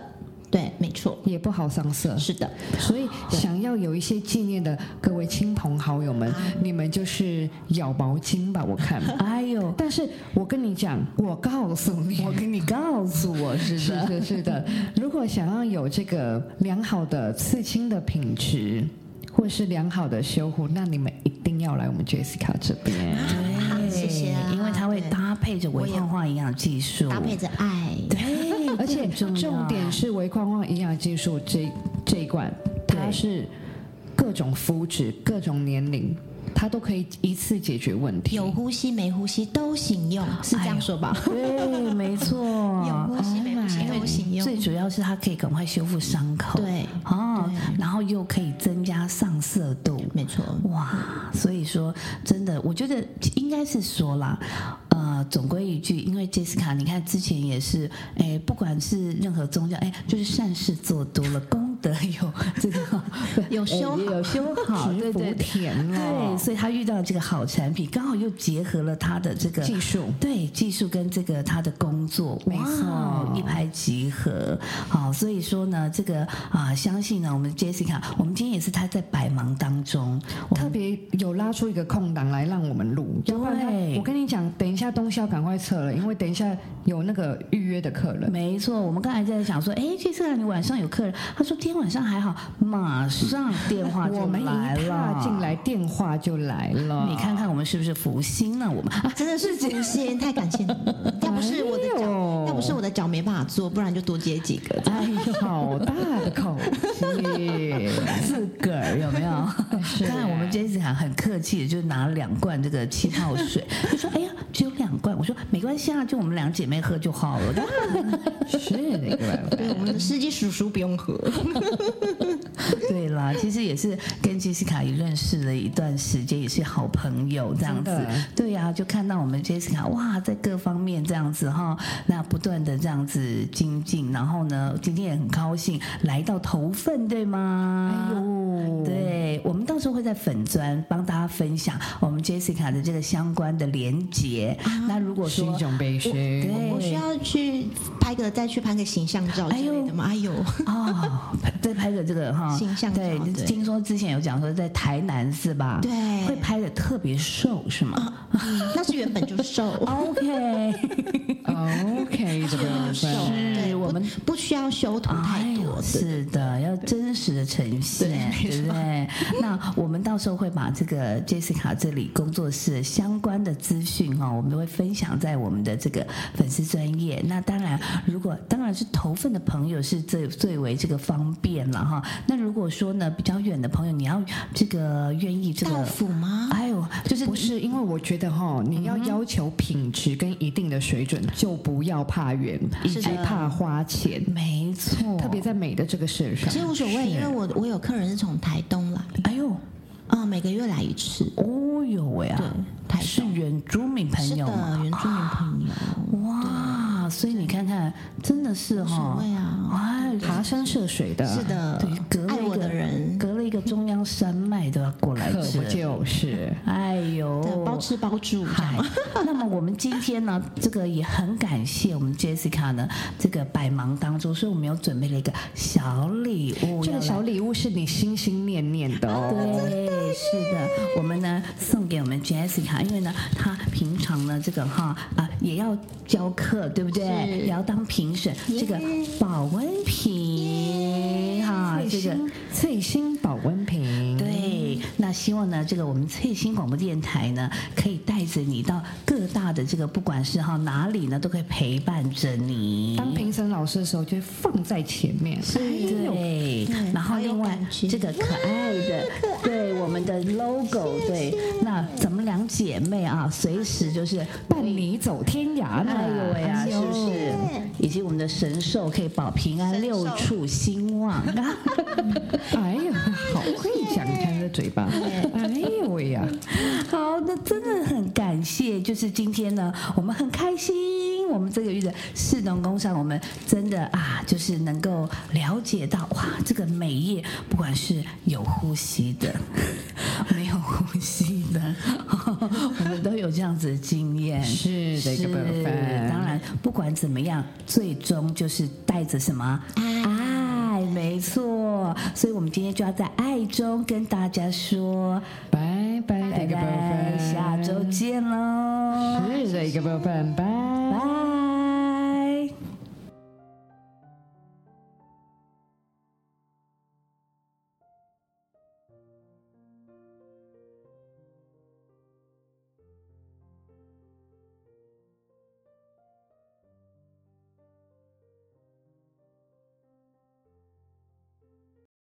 [SPEAKER 6] 对，没错，
[SPEAKER 5] 也不好上色。
[SPEAKER 6] 是的，
[SPEAKER 5] 所以想要有一些纪念的各位亲朋好友们，你们就是咬毛巾吧，我看。
[SPEAKER 1] 嗯 哎呦，
[SPEAKER 5] 但是我跟你讲，我告诉你
[SPEAKER 1] 我。给你告诉我是
[SPEAKER 5] 是
[SPEAKER 1] 的，
[SPEAKER 5] 的，是的。如果想要有这个良好的刺青的品质，或是良好的修护，那你们一定要来我们 Jessica 这边。
[SPEAKER 6] 对谢谢啊
[SPEAKER 1] 因为它会
[SPEAKER 6] 对
[SPEAKER 1] 搭配着微矿化营养技术，
[SPEAKER 6] 搭配着爱，
[SPEAKER 1] 对，
[SPEAKER 5] 而且
[SPEAKER 1] 哎这很
[SPEAKER 5] 重
[SPEAKER 1] 要啊
[SPEAKER 5] 点是微矿化营养技术这这一罐，它是各种肤质、各种年龄，它都可以一次解决问题。
[SPEAKER 6] 有呼吸没呼吸都行用，是这样说吧？
[SPEAKER 1] 对，没错，
[SPEAKER 5] 啊
[SPEAKER 6] 有呼吸没呼吸都行
[SPEAKER 1] 最
[SPEAKER 6] 用，
[SPEAKER 1] 主要是它可以赶快修复伤口，
[SPEAKER 6] 对
[SPEAKER 1] 哦，然后又可以增加上色度，
[SPEAKER 6] 没错，
[SPEAKER 1] 哇，所以说真的，我觉得应该是说啦，呃，总归一句，因为 Jessica，你看之前也是，哎，不管是任何宗教，哎，就是善事做多了，功德有这个
[SPEAKER 6] 有修好
[SPEAKER 1] 哎有修好，对
[SPEAKER 5] 植
[SPEAKER 1] 对
[SPEAKER 5] 福田
[SPEAKER 1] 对，
[SPEAKER 5] 哦，
[SPEAKER 1] 所以他遇到这个好产品，刚好又结合了他的这个
[SPEAKER 5] 技术
[SPEAKER 1] 对技术跟这个他的工作，
[SPEAKER 5] 没错
[SPEAKER 1] 哇一拍即合。好，所以说呢，这个啊，相信呢，我们 Jessica，我们今天也是他在百忙当中，我
[SPEAKER 5] 特
[SPEAKER 1] 们
[SPEAKER 5] 别有拉出一个空档来让我们录，要不然它
[SPEAKER 1] 对
[SPEAKER 5] 我跟你讲，等一下东西要赶快撤了，因为等一下有那个预约的客人。
[SPEAKER 1] 没错，我们刚才在想说，哎，Jessica，你晚上有客人？他说今天晚上还好，马上电话就
[SPEAKER 5] 我们一
[SPEAKER 1] 来
[SPEAKER 5] 踏
[SPEAKER 1] 了，
[SPEAKER 5] 进。来，电话就来了。
[SPEAKER 1] 你看看我们是不是福星呢？我们啊，
[SPEAKER 6] 真的是福星，太感谢你们 了。要不是我的
[SPEAKER 5] 哎呦
[SPEAKER 6] 脚，要不是我的脚没办法做，不然就多接几个。
[SPEAKER 5] 哎呦，好大的口气！
[SPEAKER 1] 自个儿有没有？
[SPEAKER 5] 是
[SPEAKER 1] 当然，我们 Jessica 很客气的，就拿了两罐这个气泡水， 就说：“哎呀，只有两罐。”我说：“没关系啊，就我们两姐妹喝就好了。
[SPEAKER 5] 是那个，
[SPEAKER 6] 对，我们的司机叔叔不用喝，”
[SPEAKER 1] 对啦，其实也是跟 Jessica 也认识了一段时间，也是好朋友这样
[SPEAKER 5] 真
[SPEAKER 1] 子
[SPEAKER 5] 的。
[SPEAKER 1] 对呀、就看到我们 Jessica 哇，在各方面这样子哈，那不断的这样子精进，然后呢，今天也很高兴来到头份，对吗？
[SPEAKER 5] 哎呦，
[SPEAKER 1] 对，我们到时候会在粉砖帮大家分享我们 Jessica 的这个相关的连结。那如果
[SPEAKER 5] 啊是
[SPEAKER 1] 说
[SPEAKER 5] 一种悲
[SPEAKER 1] 对
[SPEAKER 5] 伤。
[SPEAKER 6] 我需要去拍个再去拍个形象照之类的吗？哎呦，
[SPEAKER 1] 哦，在拍的这个哈，
[SPEAKER 6] 形象照
[SPEAKER 1] 对，
[SPEAKER 6] 对
[SPEAKER 1] 听说之前有讲说在台南是吧？
[SPEAKER 6] 对
[SPEAKER 1] 会拍的特别瘦是吗、
[SPEAKER 6] 那是原本就瘦，
[SPEAKER 1] o k
[SPEAKER 5] OK 的部
[SPEAKER 6] 瘦，
[SPEAKER 5] 分，
[SPEAKER 6] 对，
[SPEAKER 1] 我
[SPEAKER 6] 不
[SPEAKER 1] 们
[SPEAKER 6] 不需要修图太多，对
[SPEAKER 1] 哎是的，要真实的呈现，对不对？那我们到时候会把这个 Jessica 这里工作室相关的资讯哈、哦，我们都会分享在我们的这个粉丝专业。那当然，如果当然是头份的朋友是最最为这个方便了哈。那如果说呢比较远的朋友，你要这个愿意这
[SPEAKER 6] 到
[SPEAKER 1] 个，
[SPEAKER 6] 府吗？
[SPEAKER 1] 哎呦，就是
[SPEAKER 5] 不是因为我觉得哈，你要要求品质跟一定的水准，就不要怕远，以及怕花钱，
[SPEAKER 1] 没错，
[SPEAKER 5] 特别在美的这个事上
[SPEAKER 6] 其。实无所谓，因为我我有客人是从台东来，
[SPEAKER 1] 哎呦，
[SPEAKER 6] 啊，每个月来一次，
[SPEAKER 1] 哦呦喂啊，
[SPEAKER 6] 台
[SPEAKER 1] 是
[SPEAKER 6] 东
[SPEAKER 1] 原住民
[SPEAKER 6] 是
[SPEAKER 1] 朋友吗
[SPEAKER 6] 的，？原住民朋友，
[SPEAKER 1] 哇，所以你看看，真的是哈
[SPEAKER 6] 无所谓啊，
[SPEAKER 1] 哎，
[SPEAKER 5] 爬山涉水的，
[SPEAKER 6] 是，的
[SPEAKER 1] 对，，隔了
[SPEAKER 6] 爱
[SPEAKER 1] 一
[SPEAKER 6] 我
[SPEAKER 1] 个
[SPEAKER 6] 的人，
[SPEAKER 1] 隔了一个中央山脉都要过来
[SPEAKER 5] 可 不
[SPEAKER 1] 这，
[SPEAKER 5] 就是？
[SPEAKER 1] 哎呦
[SPEAKER 6] 对，包吃包住，这
[SPEAKER 1] 嗨
[SPEAKER 6] 样，
[SPEAKER 1] 那么我们今天呢，这个也很感谢我们 Jessica 呢，这个百忙当中，所以我们有准备了一个小礼物，
[SPEAKER 5] 这个小
[SPEAKER 1] 礼。
[SPEAKER 5] 礼物是你心心念念的哦。
[SPEAKER 1] 对，是的，我们呢送给我们 Jessica，因为呢，她平常呢这个哈啊、也要教课，啊对不对？也要当评审，这个保温瓶哈，这
[SPEAKER 5] 最
[SPEAKER 1] 个
[SPEAKER 5] 新最新保温瓶，
[SPEAKER 1] 对，那希望呢，这个我们翠星广播电台呢，可以带着你到各大的这个，不管是哈哪里呢，都可以陪伴着你。
[SPEAKER 5] 当评审老师的时候就会放在前面，
[SPEAKER 1] 对
[SPEAKER 6] 对，
[SPEAKER 1] 然后
[SPEAKER 6] 好有
[SPEAKER 1] 另外
[SPEAKER 6] 感觉
[SPEAKER 1] 这个可爱的，对我们的 logo，对，那咱们两姐妹啊，随时就是
[SPEAKER 5] 伴你走天涯呢。
[SPEAKER 1] 哎呦喂啊，是不是？以及我们的神兽可以保平安，六畜兴旺啊！
[SPEAKER 5] 哎呦，好会讲，你看这嘴巴，哎呦喂呀，
[SPEAKER 1] 好，那真的很感谢，就是今天呢，我们很开心，我们这个月的市农工商，我们真的啊，就是能够了解到哇，这个美业不管是有呼吸的， 没有呼吸的， 我们都有这样子的经验。
[SPEAKER 5] 是的一个部分
[SPEAKER 1] 是当然，不管怎么样，最终就是带着什么爱，没错。所以我们今天就要在爱中跟大家说。
[SPEAKER 5] 拜拜，
[SPEAKER 1] 拜
[SPEAKER 5] 这个部
[SPEAKER 1] 拜，
[SPEAKER 5] 分，
[SPEAKER 1] 下周见喽，
[SPEAKER 5] 是的一个部分，拜。
[SPEAKER 1] 拜。